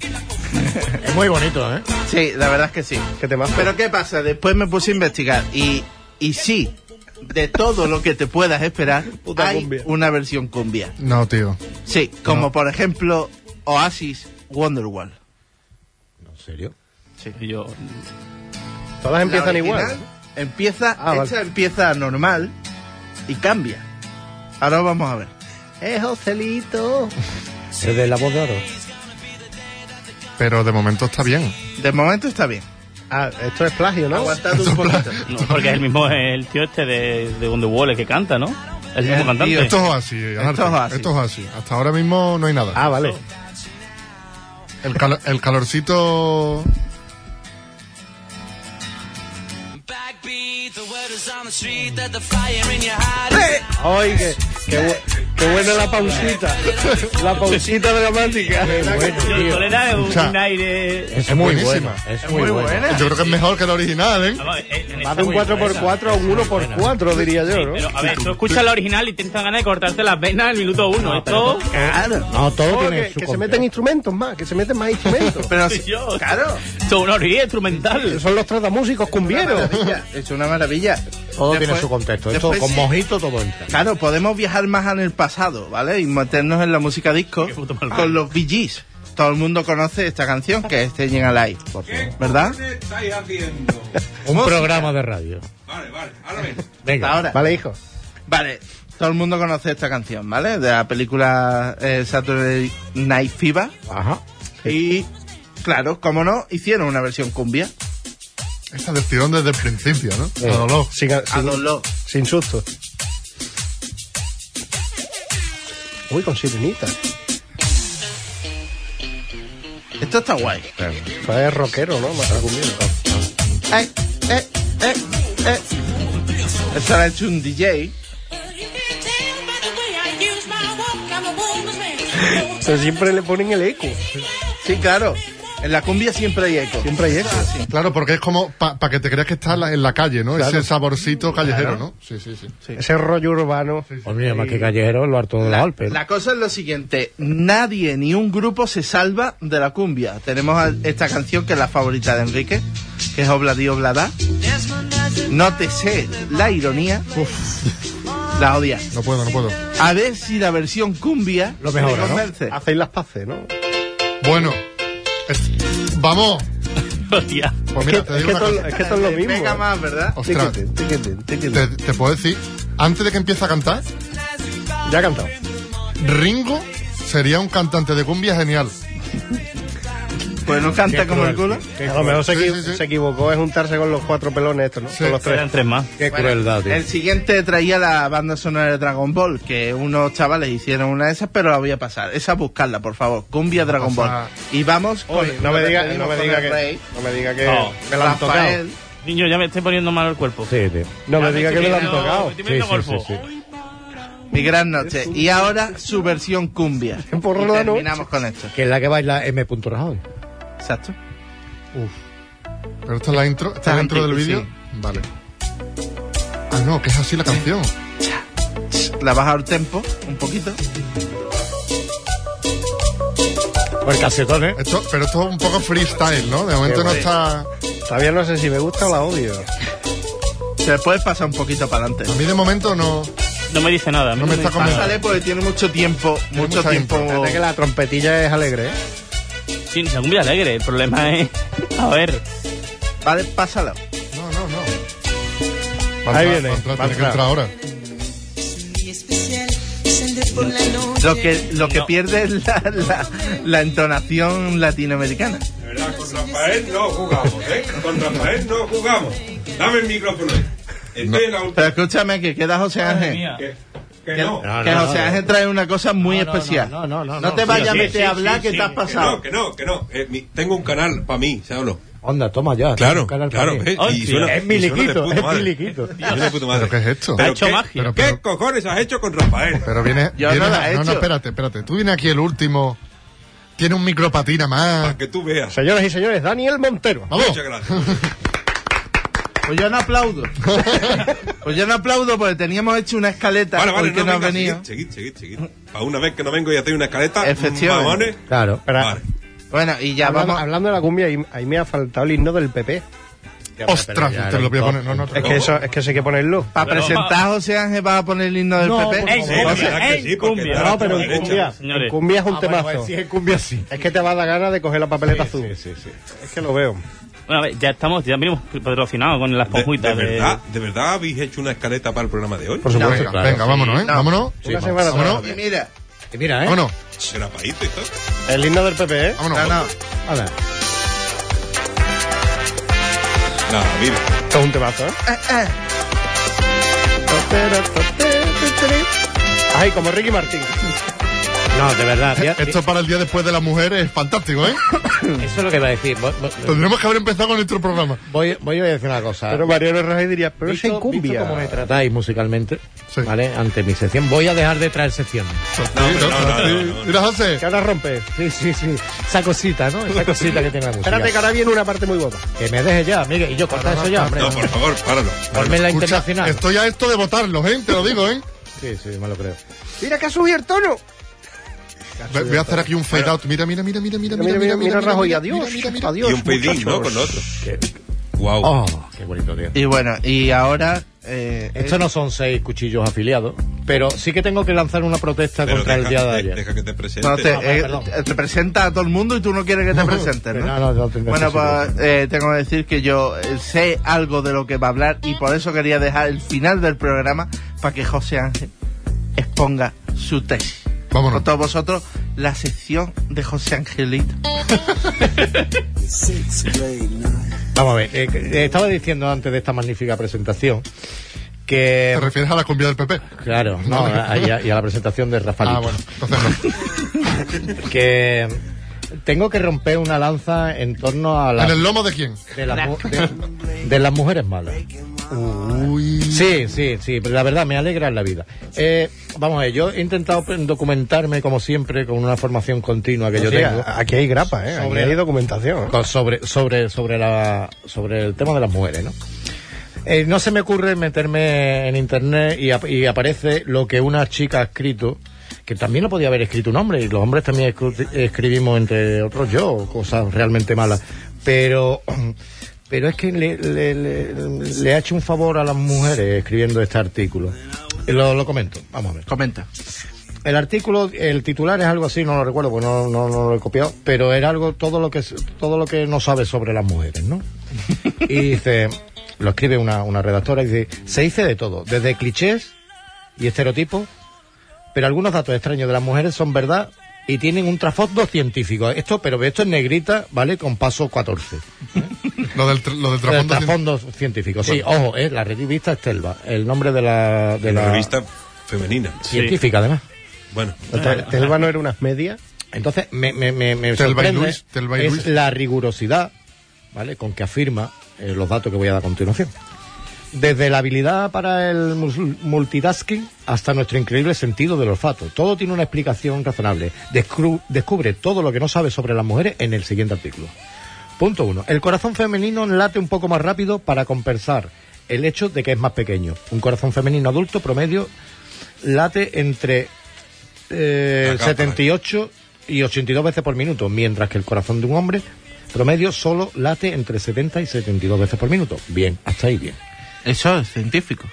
S5: Es muy bonito, ¿eh?
S4: Sí, la verdad es que sí.
S3: que te más.
S4: Pero ¿qué pasa? Después me puse a investigar y, y sí, de todo lo que te puedas esperar,
S3: Puta
S4: hay
S3: cumbia.
S4: una versión cumbia.
S2: No, tío.
S4: Sí, como por ejemplo Oasis Wonderwall.
S5: ¿En serio?
S6: Y yo,
S3: Todas empiezan
S4: La
S3: igual.
S4: original Empieza,
S3: Ah, vale.
S4: esta empieza normal y cambia. Ahora vamos a ver.
S3: Es Joselito.
S5: Es de la voz de oro.
S2: Pero de momento está bien.
S4: De momento está bien.
S3: Ah, esto es plagio, ¿no?
S4: Aguantad un poquito.
S6: No, porque es el mismo, es el tío este de, de On The Wall, el que canta, ¿no? Es el mismo
S4: El
S6: cantante.
S4: tío,
S2: Esto es así, Anarte.
S4: es así.
S2: Esto es así. Hasta ahora mismo no hay nada.
S3: Ah, vale.
S2: El, calo- el calorcito.
S3: Ay, qué, qué, bu- qué buena la pausita. La pausita dramática.
S6: Yo- yo le da un,
S2: O sea,
S6: un aire.
S5: Es muy
S2: buenísima.
S5: buena. Es muy buena.
S2: Yo creo que es mejor que el original, ¿eh?
S6: Vamos, en- en
S3: Va
S6: esta-
S3: de un 4x4 a un 1x4, diría yo, ¿no?
S6: Pero, a ver, tú escuchas la original y tienes tan ganas de cortarte las venas al minuto uno. Esto.
S5: No, todo
S3: Oh,
S5: tiene
S3: que,
S5: su
S3: que se
S5: contra.
S3: meten instrumentos más, que se meten más instrumentos.
S4: Pero
S6: soy yo.
S4: claro,
S6: Esto es una orilla instrumental.
S3: Son los tratamúsicos cumbieros.
S4: maravilla, es una maravilla.
S5: Todo tiene
S4: Después-
S5: su contexto. Esto
S4: después
S5: con
S4: sí.
S5: mojito todo entra.
S4: Claro, podemos viajar más en el pasado, ¿vale? Y meternos en la música disco
S6: Qué puto mal.
S4: con los Bee Gees. Todo el mundo conoce esta canción que es Staying Alive, ¿verdad?
S9: estáis haciendo?
S5: Un
S4: Música.
S5: programa de radio.
S9: Vale, vale, ahora ven.
S5: Venga.
S4: Ahora.
S3: Vale, hijo.
S4: Vale, todo el mundo conoce esta canción, ¿vale? De la película eh, Saturday Night Fever.
S5: Ajá.
S4: Y, claro, como no, hicieron una versión cumbia.
S2: Esta del tirón desde el principio, ¿no? A dolor.
S3: Sin,
S4: A
S3: sin,
S4: dos lo-
S3: sin susto. Uy, con sirenita.
S4: Esto está guay.
S3: Eso es rockero, ¿no? Más cumbiero.
S4: Eh, eh, eh, eh. Esto lo ha hecho un DJ.
S3: Pero siempre le ponen el eco.
S4: Sí, claro. En la cumbia siempre hay eco. Ah,
S3: Siempre hay eco.
S2: Claro, porque es como para que te creas que estás en la- en la calle, ¿no? Ese saborcito callejero, ¿no? Sí, sí, sí.
S3: Ese rollo urbano.
S5: Pues mira, más que callejero, lo harto de los
S4: La,
S5: Alpes.
S4: la cosa es lo siguiente, nadie ni un grupo se salva de la cumbia. Tenemos a- esta canción que es la favorita de Enrique, que es Obladí Oblada. No te sé la ironía. La odia.
S2: No puedo, no puedo.
S4: A ver si la versión cumbia
S5: Lo mejora,
S4: te
S5: ¿no?
S4: convence.
S3: Hacéis las paces, ¿no?
S2: Bueno. es- Vamos.
S6: Hostia.
S2: Pues mira,
S3: es que,
S2: te
S3: es
S2: digo
S3: que
S2: una
S3: todo,
S2: cosa.
S3: es que todo es lo mismo. ¿eh?
S4: Pega más, ¿verdad?
S2: Ostras,
S3: Tíquete, tíquete, tíquete.
S2: te, te puedo decir, antes de que empiece a cantar,
S3: Ya ha cantado.
S2: Ringo sería un cantante de cumbia genial.
S4: Pues no canta como el culo.
S3: A lo mejor se,
S2: Sí,
S3: equi-
S2: sí, sí.
S3: se equivocó es juntarse con los cuatro pelones estos, ¿no?
S2: Sí.
S3: Con los tres.
S6: Eran tres más.
S5: Qué
S4: Bueno,
S5: crueldad, tío.
S4: El siguiente traía la banda sonora de Dragon Ball, que unos chavales hicieron una de esas, pero la voy a pasar. Esa buscarla, por favor. Cumbia Dragon Ball.
S2: pasar.
S4: Y vamos con...
S3: Oye, no me
S4: nos
S3: diga,
S4: despedimos
S3: no me
S4: con
S3: diga
S4: el
S3: que
S4: rey,
S3: no me diga que
S6: No,
S3: me la han tocado.
S4: Rafael.
S6: Niño, ya me estoy poniendo malo el cuerpo.
S5: Sí, tío.
S3: No me
S6: Ya
S3: diga que
S6: estoy
S3: me la han
S6: viendo-
S3: tocado.
S6: me estoy viendo
S5: Sí, sí,
S6: golfo.
S5: sí,
S4: Mi gran noche. Y ahora su versión cumbia. Y
S3: Por la
S4: terminamos con esto.
S5: Que es la que baila M. Rajoy.
S4: Exacto.
S2: Pero esta es la intro, esta es la
S4: Está
S2: intro del
S4: antes,
S2: vídeo. Vale. Ah, no, que es así la canción.
S4: La baja el tempo un poquito.
S5: Por casetón, ¿eh?
S2: Esto, pero esto es un poco freestyle, ¿no? De momento no está. A
S3: Todavía no sé si me gusta o la odio.
S4: Se le puede pasar un poquito para adelante.
S2: mí de momento no.
S6: No me dice nada. a mí
S2: No me está
S6: dice nada.
S4: Pásale porque tiene mucho tiempo. mucho
S2: mucha
S4: tiempo.
S3: Es que la trompetilla es alegre, ¿eh?
S6: Sí, la cumbia es alegre. El problema es. A ver.
S4: Vale, pásala.
S2: No, no, no.
S3: Ahí
S2: va,
S3: viene,
S2: va a entrar,
S3: va a
S2: tiene que
S3: entrar.
S2: entrar ahora.
S4: Lo que, lo que pierde es la, la- la entonación latinoamericana.
S9: De verdad, con Rafael no jugamos, ¿eh? Con Rafael no jugamos. Dame el micrófono. Estoy en la
S4: Pero
S9: última.
S4: escúchame que queda José
S6: Madre
S4: Ángel.
S6: mía.
S9: Que, que no.
S5: No,
S4: Que
S5: no,
S4: José
S5: no.
S4: Ángel trae una cosa muy
S5: No, no,
S4: especial.
S5: no, no,
S4: No
S5: no, no.
S4: te
S5: Sí,
S4: vayas a
S6: sí,
S4: meter
S6: sí,
S4: a hablar
S6: sí,
S4: que
S6: sí,
S4: te has
S6: que
S9: Que no,
S4: pasado.
S9: que no, que no. Eh, mi- tengo un canal para mí, ¿sabes o no?
S5: Onda, toma ya.
S9: Claro,
S5: Buscar al
S9: claro.
S5: país.
S9: ¿ves?
S6: Ay,
S9: y
S6: tío,
S9: suena,
S5: Es
S9: y suena de
S5: miliquito,
S9: puta
S5: es
S9: madre.
S5: miliquito.
S9: Y suena de puta madre.
S2: ¿Pero qué es esto?
S6: Ha
S9: Pero
S6: hecho
S9: qué-
S6: magia.
S2: pero-
S9: ¿Qué cojones has hecho con Rafael?
S2: Pero viene.
S4: Yo no
S2: viene-
S4: la he
S2: no,
S4: hecho.
S2: espérate, espérate. Tú vienes aquí el último. Tiene un micropatina más.
S9: Para que tú veas.
S3: Señoras y señores, Daniel Montero.
S2: Vamos.
S9: Muchas gracias.
S4: Pues yo no aplaudo. pues yo no aplaudo porque teníamos hecho una escaleta
S9: Vale, vale,
S4: hoy que
S9: no,
S4: no, has
S9: venga,
S4: venido.
S9: seguid, seguid, seguid, seguid. Para una vez que no vengo y ya tengo una escaleta. mm,
S4: Efectivamente.
S9: Mamones.
S5: Claro.
S9: Vale.
S4: Bueno, y ya
S3: hablando,
S4: vamos.
S3: hablando de la cumbia, ahí, ahí me ha faltado el himno del PP.
S2: Ostras, te lo voy a poner. No, no,
S3: Es que, eso, es que eso hay que ponerlo.
S4: Para
S6: Pero-
S4: presentar a José Ángel vas a poner el himno del
S5: No,
S4: PP.
S5: por
S6: ¡Ey,
S5: favor.
S9: Sí, la
S6: cumbia!
S9: verdad que
S6: ey,
S9: sí, porque
S6: cumbia!
S9: da-
S3: No, pero en
S9: Derecha.
S3: cumbia, en
S6: Señores.
S3: cumbia es un
S5: Ah, bueno,
S3: temazo.
S5: pues sí, es cumbia sí.
S3: Es que te va a dar ganas de coger la papeleta azul.
S5: Sí, sí, sí.
S3: Es que lo veo.
S6: Bueno, a ver, ya estamos, ya venimos patrocinados con las
S9: De, de
S6: esponjitas de.
S9: verdad, ¿De verdad habéis hecho una escaleta para el programa de hoy?
S3: Por supuesto.
S2: Venga, venga, vámonos, ¿eh?
S4: no.
S2: Vámonos.
S5: Sí,
S3: Una
S5: vamos.
S3: semana atrás.
S2: Vámonos.
S4: Y mira,
S5: Y Mira, ¿eh?
S2: Vámonos.
S9: Grapadito y todo.
S3: El himno del PP, ¿eh?
S2: Vámonos.
S4: no, no.
S5: Hola.
S9: No, mira.
S3: Esto es un temazo, ¿eh? eh. Ay, como Ricky Martín.
S5: No, de verdad. tía.
S2: Esto para el día después de la mujer es fantástico, ¿eh?
S5: Eso es lo que iba a decir. Voy, voy-
S2: Tendremos que haber empezado con nuestro programa.
S5: voy- voy a decir una cosa.
S3: Pero Mariano Rajoy diría, pero
S5: Visto-
S3: ese es
S5: visto
S3: cumbia.
S5: cómo me tratáis musicalmente,
S2: Sí.
S5: ¿vale? Ante mi sección. Voy a dejar de traer secciones.
S2: Sí,
S9: pero no, no, no, no.
S2: Mira, José,
S3: Que ahora rompe.
S5: Sí, sí, sí. Esa cosita, ¿no? Esa cosita que tiene la música.
S3: Espérate, que ahora viene una parte muy guapa.
S5: Que me deje ya, Miguel. Y yo, corta eso ya, hombre.
S9: No, por favor, páralo.
S5: Ponme la
S2: escucha,
S5: internacional.
S2: estoy a esto de votarlos, ¿eh? Te lo digo, ¿eh?
S5: Sí, sí, me lo creo.
S3: Mira que ha subido el tono.
S2: Ve- Voy a hacer aquí un fade out. Mira, mira, mira, mira, mira,
S3: Mira, mira, mira, Rajoy,
S2: mira,
S3: adiós.
S2: mira, mira, mira.
S3: Adiós.
S9: Y un peidín, ¿no?
S3: muchachos.
S9: Con lo otro. Wow.
S5: Oh, qué bonito, tío.
S4: Y bueno, y ahora. eh,
S5: Estos no son seis cuchillos afiliados, pero sí que tengo que lanzar una protesta
S9: Pero
S5: contra el
S9: deja-
S5: día de
S9: de-
S5: ayer.
S9: Deja que te presente.
S4: Entonces,
S5: Ah, vale,
S4: eh,
S5: perdón.
S4: te- te presenta a todo el mundo y tú no quieres que te presenten,
S5: No,
S4: ¿no?
S5: no, no, no,
S4: Bueno,
S5: no, no,
S4: pues eh, tengo que decir que yo eh, sé algo de lo que va a hablar y por eso quería dejar el final del programa para que José Ángel exponga su tesis.
S2: Vámonos.
S4: Con todos vosotros, la sección de José Angelito.
S5: Vamos a ver, eh, eh, estaba diciendo antes de esta magnífica presentación que...
S2: ¿Te refieres a la cumbia del PP?
S5: Claro, no, a- y, a, y a la presentación de Rafaelito.
S2: Ah, bueno, entonces no.
S5: Que tengo que romper una lanza en torno a la...
S2: ¿En el lomo de quién?
S5: de, las mu- de- de las mujeres malas.
S2: Uy.
S5: Sí, sí, sí, pero la verdad me alegra la vida. Eh, vamos a ver, yo he intentado documentarme como siempre con una formación continua
S2: Pues
S5: que yo
S3: Sí,
S5: tengo.
S3: a- Aquí hay grapa, ¿eh? Aquí
S5: Sobre-
S3: hay documentación.
S5: con- sobre sobre sobre la sobre el tema de las mujeres no Eh, no se me ocurre meterme en internet y, ap- y aparece lo que una chica ha escrito que también lo podía haber escrito un hombre y los hombres también escru- escribimos entre otros yo cosas realmente malas pero pero es que le, le- le- le ha hecho un favor a las mujeres escribiendo este artículo Eh, lo, lo comento vamos a ver
S4: Comenta.
S5: el artículo, el titular es algo así, no lo recuerdo, porque no, no, no lo he copiado, pero era algo todo lo que todo lo que no sabe sobre las mujeres, ¿no? Y dice, lo escribe una, una redactora y dice, se dice de todo, desde clichés y estereotipos, pero algunos datos extraños de las mujeres son verdad y tienen un trasfondo científico. Esto, pero esto es negrita, ¿vale? Con paso 14.
S2: Lo del, tr- lo del
S5: El
S2: trasfondo.
S5: trasfondo científico. Sí, ojo, es la revista Estelva, el nombre de la, de la
S9: Revista femenina.
S5: científica, además.
S9: Bueno.
S3: Te- Telva no era unas medias.
S5: Entonces, me, me, me, me
S2: Telva y
S5: sorprende
S2: Luis, Telva y
S5: es
S2: Luis.
S5: la rigurosidad, ¿vale?, con que afirma eh, los datos que voy a dar a continuación. Desde la habilidad para el mus- multitasking hasta nuestro increíble sentido del olfato. Todo tiene una explicación razonable. Descru- descubre todo lo que no sabes sobre las mujeres en el siguiente artículo. Punto uno. El corazón femenino late un poco más rápido para compensar el hecho de que es más pequeño. Un corazón femenino adulto promedio late entre eh,
S9: Acá,
S5: 78 y 82 veces por minuto, mientras que el corazón de un hombre promedio solo late entre 70 y 72 veces por minuto. Bien, hasta ahí bien.
S4: Eso es científico.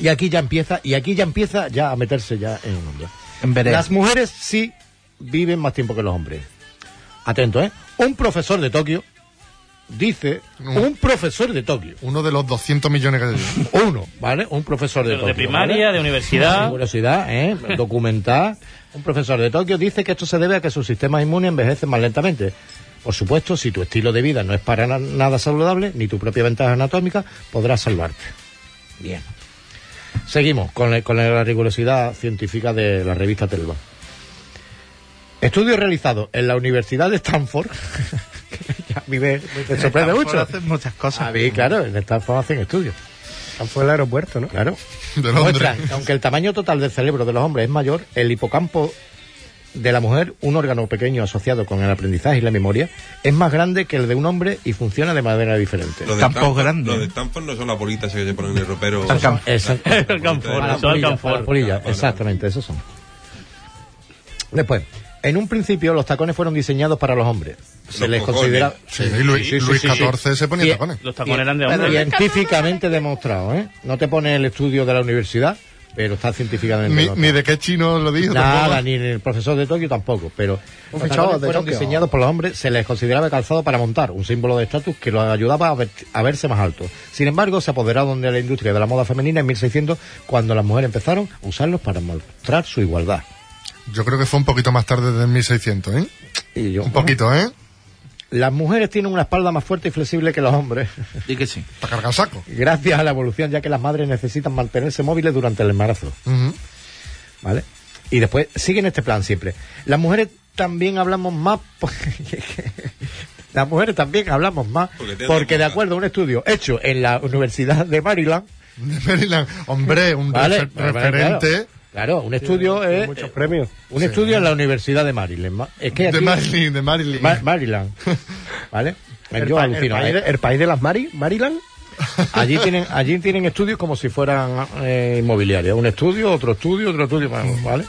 S5: Y aquí ya empieza, y aquí ya empieza ya a meterse ya en un hombre.
S4: En vereda.
S5: Las mujeres sí viven más tiempo que los hombres. Atento, ¿eh? Un profesor de Tokio dice, un profesor de Tokio,
S2: Uno de los 200 millones que hay.
S5: uno, ¿vale? Un profesor de
S6: Pero
S5: Tokio.
S6: de primaria,
S5: ¿vale?
S6: de universidad.
S5: Curiosidad, ¿eh? Documentar. Un profesor de Tokio dice que esto se debe a que sus sistemas inmunes envejecen más lentamente. Por supuesto, si tu estilo de vida no es para na- nada saludable, ni tu propia ventaja anatómica, podrás salvarte. Bien. Seguimos con, la- con la rigurosidad científica de la revista Telva. Estudio realizado en la Universidad de Stanford. ya, vive, me sorprende mucho.
S4: Hacen muchas cosas.
S5: A mí, claro, en Stanford hacen estudios.
S3: Fue el aeropuerto, ¿no?
S5: Claro.
S2: De Londres.
S5: Muestran que aunque el tamaño total del cerebro de los hombres es mayor, el hipocampo de la mujer, un órgano pequeño asociado con el aprendizaje y la memoria, es más grande que el de un hombre y funciona de manera diferente.
S9: Los de
S4: Campos
S9: Stanford-
S4: grandes.
S9: Los de Stanford no son las bolitas esas que se ponen en el ropero.
S5: Esa-
S6: El campo.
S5: Para
S6: Eso
S5: polilla,
S6: alcanfor.
S5: para polilla,
S9: Alcanfor.
S5: exactamente, esos son. Después, en un principio los tacones fueron diseñados para los hombres. Se
S9: Los
S5: les
S9: cojones.
S5: considera
S2: Sí, y Luis,
S5: sí, sí,
S2: Luis
S5: sí, sí.
S2: XIV se ponía
S5: Y-
S2: tacones.
S6: Los tacones eran de
S5: Pero
S6: hombre.
S5: científicamente demostrado, ¿eh? No te pone el estudio de la universidad, pero está científicamente
S2: Ni,
S5: demostrado.
S2: ni de qué chino lo dijo.
S5: Nada,
S2: tampoco.
S5: ni el profesor de Tokio tampoco, pero los
S3: fichado
S5: tacones
S3: de
S5: fueron
S3: Tokio.
S5: diseñados por los hombres, se les consideraba calzado para montar, un símbolo de estatus que los ayudaba a, ver- a verse más altos. Sin embargo, se apoderaron de la industria de la moda femenina en 1600, cuando las mujeres empezaron a usarlos para mostrar su igualdad.
S2: Yo creo que fue un poquito más tarde de 1600, ¿eh?
S5: Y yo, "Ah,
S2: Un poquito, ¿eh?
S5: Las mujeres tienen una espalda más fuerte y flexible que los hombres,
S4: Di que sí.
S2: Para cargar saco.
S5: gracias a la evolución, ya que las madres necesitan mantenerse móviles durante el embarazo.
S2: Ujú.
S5: ¿Vale? Y después siguen este plan siempre. Las mujeres también hablamos más. por- Las mujeres también hablamos más.
S9: Porque
S5: Porque,
S9: tienen
S5: de
S9: demanda.
S5: acuerdo a un estudio hecho en la Universidad de Maryland.
S2: De Maryland. Hombre, un
S5: ¿Vale?
S2: refer- referente.
S5: Claro, claro, un estudio es.
S3: Muchos premios.
S5: Un estudio en la Universidad de Maryland. Ma- Es que
S2: De
S5: aquí-
S2: Marilyn, de Marilyn.
S5: Ma- Maryland. ¿Vale?
S3: El,
S5: Yo
S3: pa- el
S5: alucino,
S3: país,
S5: ¿eh?
S3: de- el país de las Mari, Maryland.
S5: Allí tienen, allí tienen estudios como si fueran eh, inmobiliarios. Un estudio, otro estudio, otro estudio, bueno, ¿vale?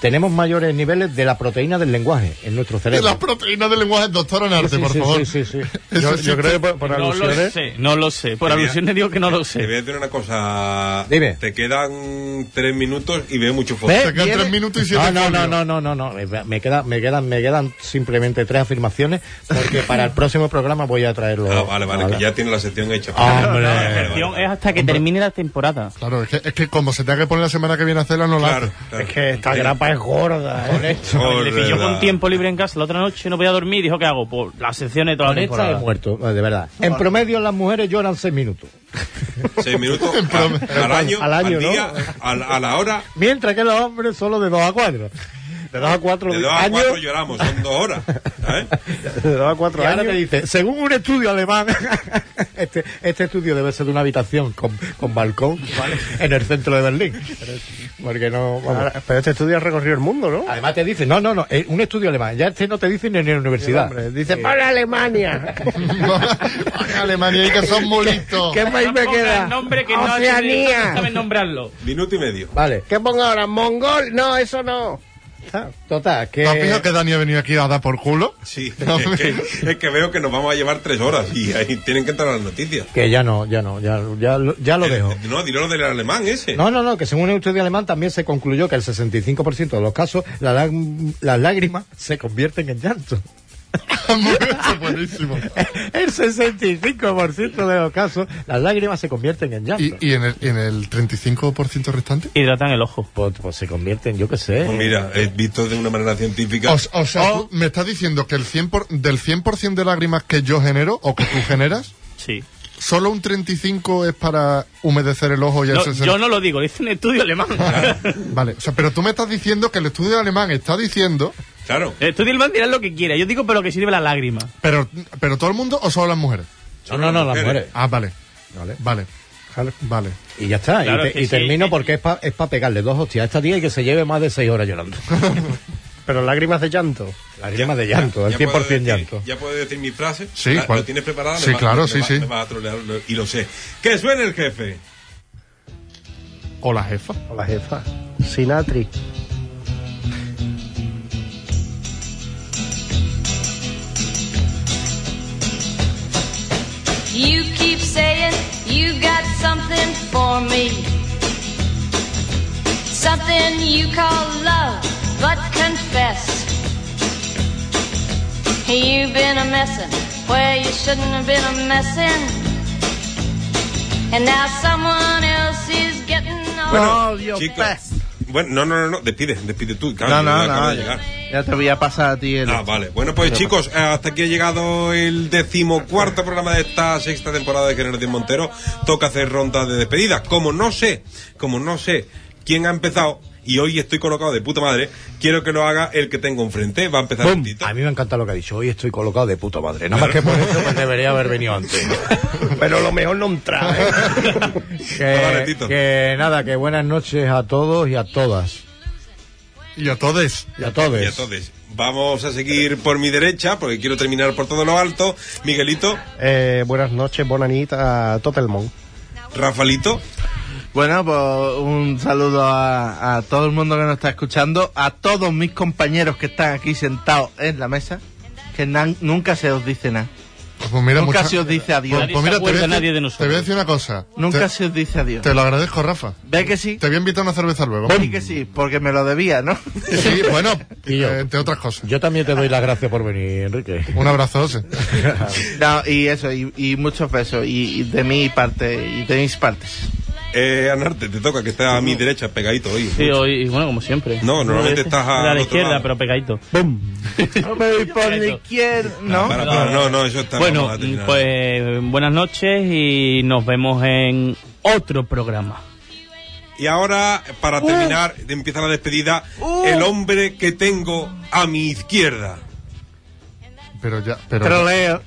S5: Tenemos mayores niveles de la proteína del lenguaje en nuestro
S2: de
S5: cerebro.
S2: las proteínas del lenguaje, doctora Narte,
S5: Sí,
S2: por
S5: sí,
S2: favor.
S5: sí, sí, sí.
S2: Eso
S5: Yo,
S2: sí
S5: yo creo que por, ¿eh? por
S6: No lo
S5: alusiones.
S6: sé, no lo sé. Por
S9: Mira.
S6: alusiones digo que no lo
S9: Te voy
S6: sé.
S9: a decir una cosa.
S5: Dime. ¿Eh?
S9: Te quedan tres minutos y veo mucho foco.
S5: ¿Ves?
S2: Se quedan
S5: Viene-
S2: tres minutos y siete
S5: No, no, no,
S2: folios.
S5: no, no, no, no. Me, queda, me, quedan, me quedan simplemente tres afirmaciones porque para el próximo programa voy a traerlo.
S9: Ah, vale, vale, que ya tiene la sección hecha.
S5: Hombre.
S6: La
S9: Vale, vale,
S6: excepción
S9: vale.
S6: es hasta que termine la temporada.
S2: Claro, es que, es que como se tenga que poner la semana que viene a hacerla, no la
S9: Claro,
S2: hace.
S9: claro.
S3: Es que esta grapa es gorda, ¿eh?
S6: Le pilló
S9: Joder.
S6: con tiempo libre en casa la otra noche, no podía dormir, dijo, ¿qué hago? Pues las secciones de toda la
S5: Honesta de
S6: temporada.
S5: muerto, de verdad. En promedio las mujeres lloran seis minutos.
S9: Seis minutos al, al año,
S5: Al
S9: al,
S5: año, ¿no?
S9: día, al- a la hora.
S5: Mientras que los hombres solo de dos a cuatro. De dos a cuatro
S9: De dos a
S5: años.
S9: cuatro lloramos, son dos horas. ¿eh? ¿sabes?
S3: De dos a
S5: Y
S3: cuatro
S5: ahora
S3: años.
S5: te dice, según un estudio alemán, este, este estudio debe ser de una habitación con, con balcón en el centro de Berlín. Porque no. vamos.
S3: Ahora- pero este estudio ha recorrido el mundo, ¿no?
S5: Además te dice, no, no, no, eh, un estudio alemán. Ya este no te dice ni en la universidad.
S3: Hombre, dice, ¡para Alemania!
S2: Vaya Alemania, y que son bolitos.
S3: ¿Qué país me
S6: Tampoco
S3: queda?
S6: el nombre que no,
S3: ¡Oceanía!
S6: no saben nombrarlo.
S9: Minuto y medio.
S5: Vale.
S3: ¿Qué pongo ahora? ¿Mongol? No, eso no.
S5: Total, que.
S2: ¿Te has fijado que Dani ha venido aquí a dar por culo?
S9: Sí, es que, es que veo que nos vamos a llevar tres horas y ahí tienen que entrar las noticias.
S5: que ya no, ya no, ya, ya, lo- ya lo dejo.
S9: No, dilo lo del alemán ese.
S5: No, no, no, que según un estudio alemán también se concluyó que el 65% de los casos la lá- las lágrimas se convierten en llanto.
S2: Eso buenísimo.
S5: El 65% de los casos las lágrimas se convierten en llanto.
S2: ¿Y, y en, el, y en el 35% restante?
S6: Hidratan el ojo.
S5: Pues, pues se convierten, yo qué sé.
S9: Pues mira, he visto de una manera científica.
S2: O, s- o sea, tú me estás diciendo que el 100 por- del 100% de lágrimas que yo genero o que tú generas,
S6: Sí.
S2: solo un 35% es para humedecer el ojo y el
S6: No,
S2: 60%.
S6: yo no lo digo, lo dice un estudio alemán.
S2: Vale, o sea, pero tú me estás diciendo que el estudio alemán está diciendo,
S9: Claro.
S6: el estudio alemán dirá lo que quiera. Yo digo, pero que sirve la lágrima.
S2: pero, pero todo el mundo o solo las mujeres.
S5: No, no, no, las mujeres.
S2: Ah, vale,
S5: Vale.
S2: vale, vale.
S5: Y ya está.
S6: Claro
S5: y te-
S6: que
S5: y
S6: sí.
S5: termino porque es para es pa pegarle dos hostias a esta tía y que se lleve más de seis horas llorando.
S3: Pero lágrimas de llanto.
S5: Lágrimas de llanto, el
S9: Ya puedo
S5: 100%
S9: decir-
S5: llanto.
S9: Ya puedo decir mi frase.
S2: Sí,
S9: La-
S2: ¿cuál?
S9: ¿Lo tienes preparada?
S2: Sí,
S9: Me va-
S2: claro,
S9: me
S2: sí,
S9: va-
S2: sí.
S9: me vas a trolear lo- y lo sé. ¡Que suene el jefe!
S2: O la jefa.
S3: Hola, jefa. Sinatri.
S1: You keep saying you got something for me. Something you call love, but confess. You've been a messin' where you shouldn't have been a messin'. And now someone else is getting all
S4: Bueno, Dios,
S9: chicos.
S4: pez.
S9: Bueno, no, no, no, no, despide, despide tú.
S4: No,
S9: Claro,
S4: no,
S9: yo acabo
S4: no.
S9: de llegar.
S4: Ya te voy a pasar a ti el.
S9: Ah, vale. Bueno, pues chicos, eh, hasta aquí ha llegado el decimocuarto programa de esta sexta temporada de Generación Montero. Toca hacer rondas de despedidas. Como no sé, como no sé quién ha empezado y hoy estoy colocado de puta madre, quiero que lo haga el que tengo enfrente. Va a empezar
S5: ¡Bum!
S9: Tito.
S5: A mí me encanta lo que ha dicho. Hoy estoy colocado de puta madre. Nada más que por eso me debería haber venido antes.
S3: Pero lo mejor no entra, ¿eh?
S9: Vale,
S5: que,
S9: Tito.
S5: que nada, que buenas noches a todos y a todas.
S2: Y a todos.
S5: Y a todos.
S9: Y entonces, vamos a seguir por mi derecha, porque quiero terminar por todo lo alto. Miguelito,
S3: Eh, buenas noches, bonanita a Topelmon.
S9: Rafalito,
S4: Bueno, pues un saludo a, a todo el mundo que nos está escuchando, a todos mis compañeros que están aquí sentados en la mesa, que nan- nunca se os dice nada.
S2: Pues mira,
S4: Nunca
S2: mucha-
S4: se os dice adiós.
S2: Pues, pues mira, te voy, a
S6: acuerda
S2: decir,
S6: nadie de
S2: te voy a decir una cosa.
S4: Nunca
S2: te,
S4: se os dice adiós.
S2: te lo agradezco, Rafa.
S4: ¿Ve que sí?
S2: Te voy a invitar a una cerveza luego.
S4: ¿Ve que sí? Porque me lo debía, ¿no?
S2: Sí, bueno,
S5: Y yo.
S2: eh, entre otras cosas.
S5: Yo también te doy las gracias por venir, Enrique.
S2: Un abrazo, José.
S4: No, y eso, y, y muchos besos, y, y de mi parte, y de mis partes.
S9: Eh, Anarte, te toca que está a mi derecha pegadito hoy.
S6: Sí, hoy, bueno, como siempre.
S9: No, normalmente estás al
S6: a la
S9: otro
S6: izquierda,
S9: lado.
S6: pero pegadito.
S4: Hombre, por la izquierda, ¿no?
S9: Para, para, no, no, eso está
S6: Bueno,
S9: vamos a terminar.
S6: pues buenas noches y nos vemos en otro programa.
S9: Y ahora, para terminar, empieza la despedida. El hombre que tengo a mi izquierda.
S2: Pero ya, pero.
S3: Troleo.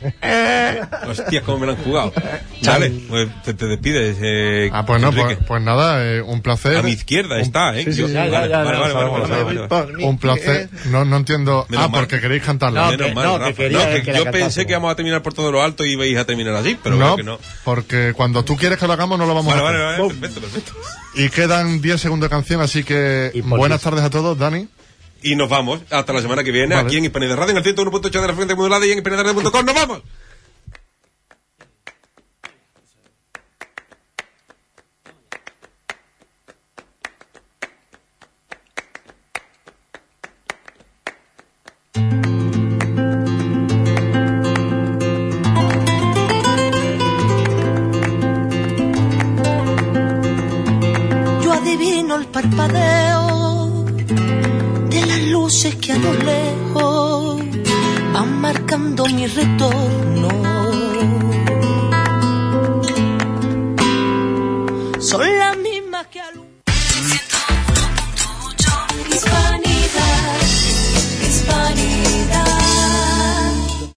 S9: Hostias, cómo me lo han jugugado. Dale, pues te, te despides. eh,
S2: ah, pues no,
S9: Enrique.
S2: pues, pues nada, eh, un placer.
S9: A mi izquierda está, ¿eh?
S5: sí,
S9: Yo-
S5: sí, ya,
S9: vale,
S5: ya,
S9: vale,
S5: ya,
S9: vale,
S5: ya,
S9: vale,
S5: ya,
S9: vale,
S5: ya,
S9: vale, vale.
S2: Un placer. No, no entiendo.
S9: Menos
S2: ah,
S9: mal.
S2: porque queréis cantarlo.
S5: No,
S9: Menos
S5: que-
S9: mal,
S5: no, que
S9: Rafa.
S5: quería
S9: No, que
S5: que la
S9: yo pensé
S5: cantásemos.
S9: que íbamos a terminar por todo lo alto y ibais a terminar así, pero
S2: No,
S9: veo que no.
S2: porque cuando tú quieres que lo hagamos no lo vamos
S9: Vale,
S2: a
S9: vale,
S2: hacer.
S9: vale, perfecto, perfecto.
S2: Y quedan 10 segundos de canción, así que
S5: Y por
S2: buenas tardes a todos, Dani.
S9: Y nos vamos hasta la semana que viene
S2: Vale.
S9: aquí en Hispanidad Radio, en el 101.8 de la frecuencia modulada y en hispanidadradio.com. ¡Nos vamos!
S1: Yo adivino el parpadeo de las luces que a lo lejos van marcando mi retorno. Son las mismas que alumbran.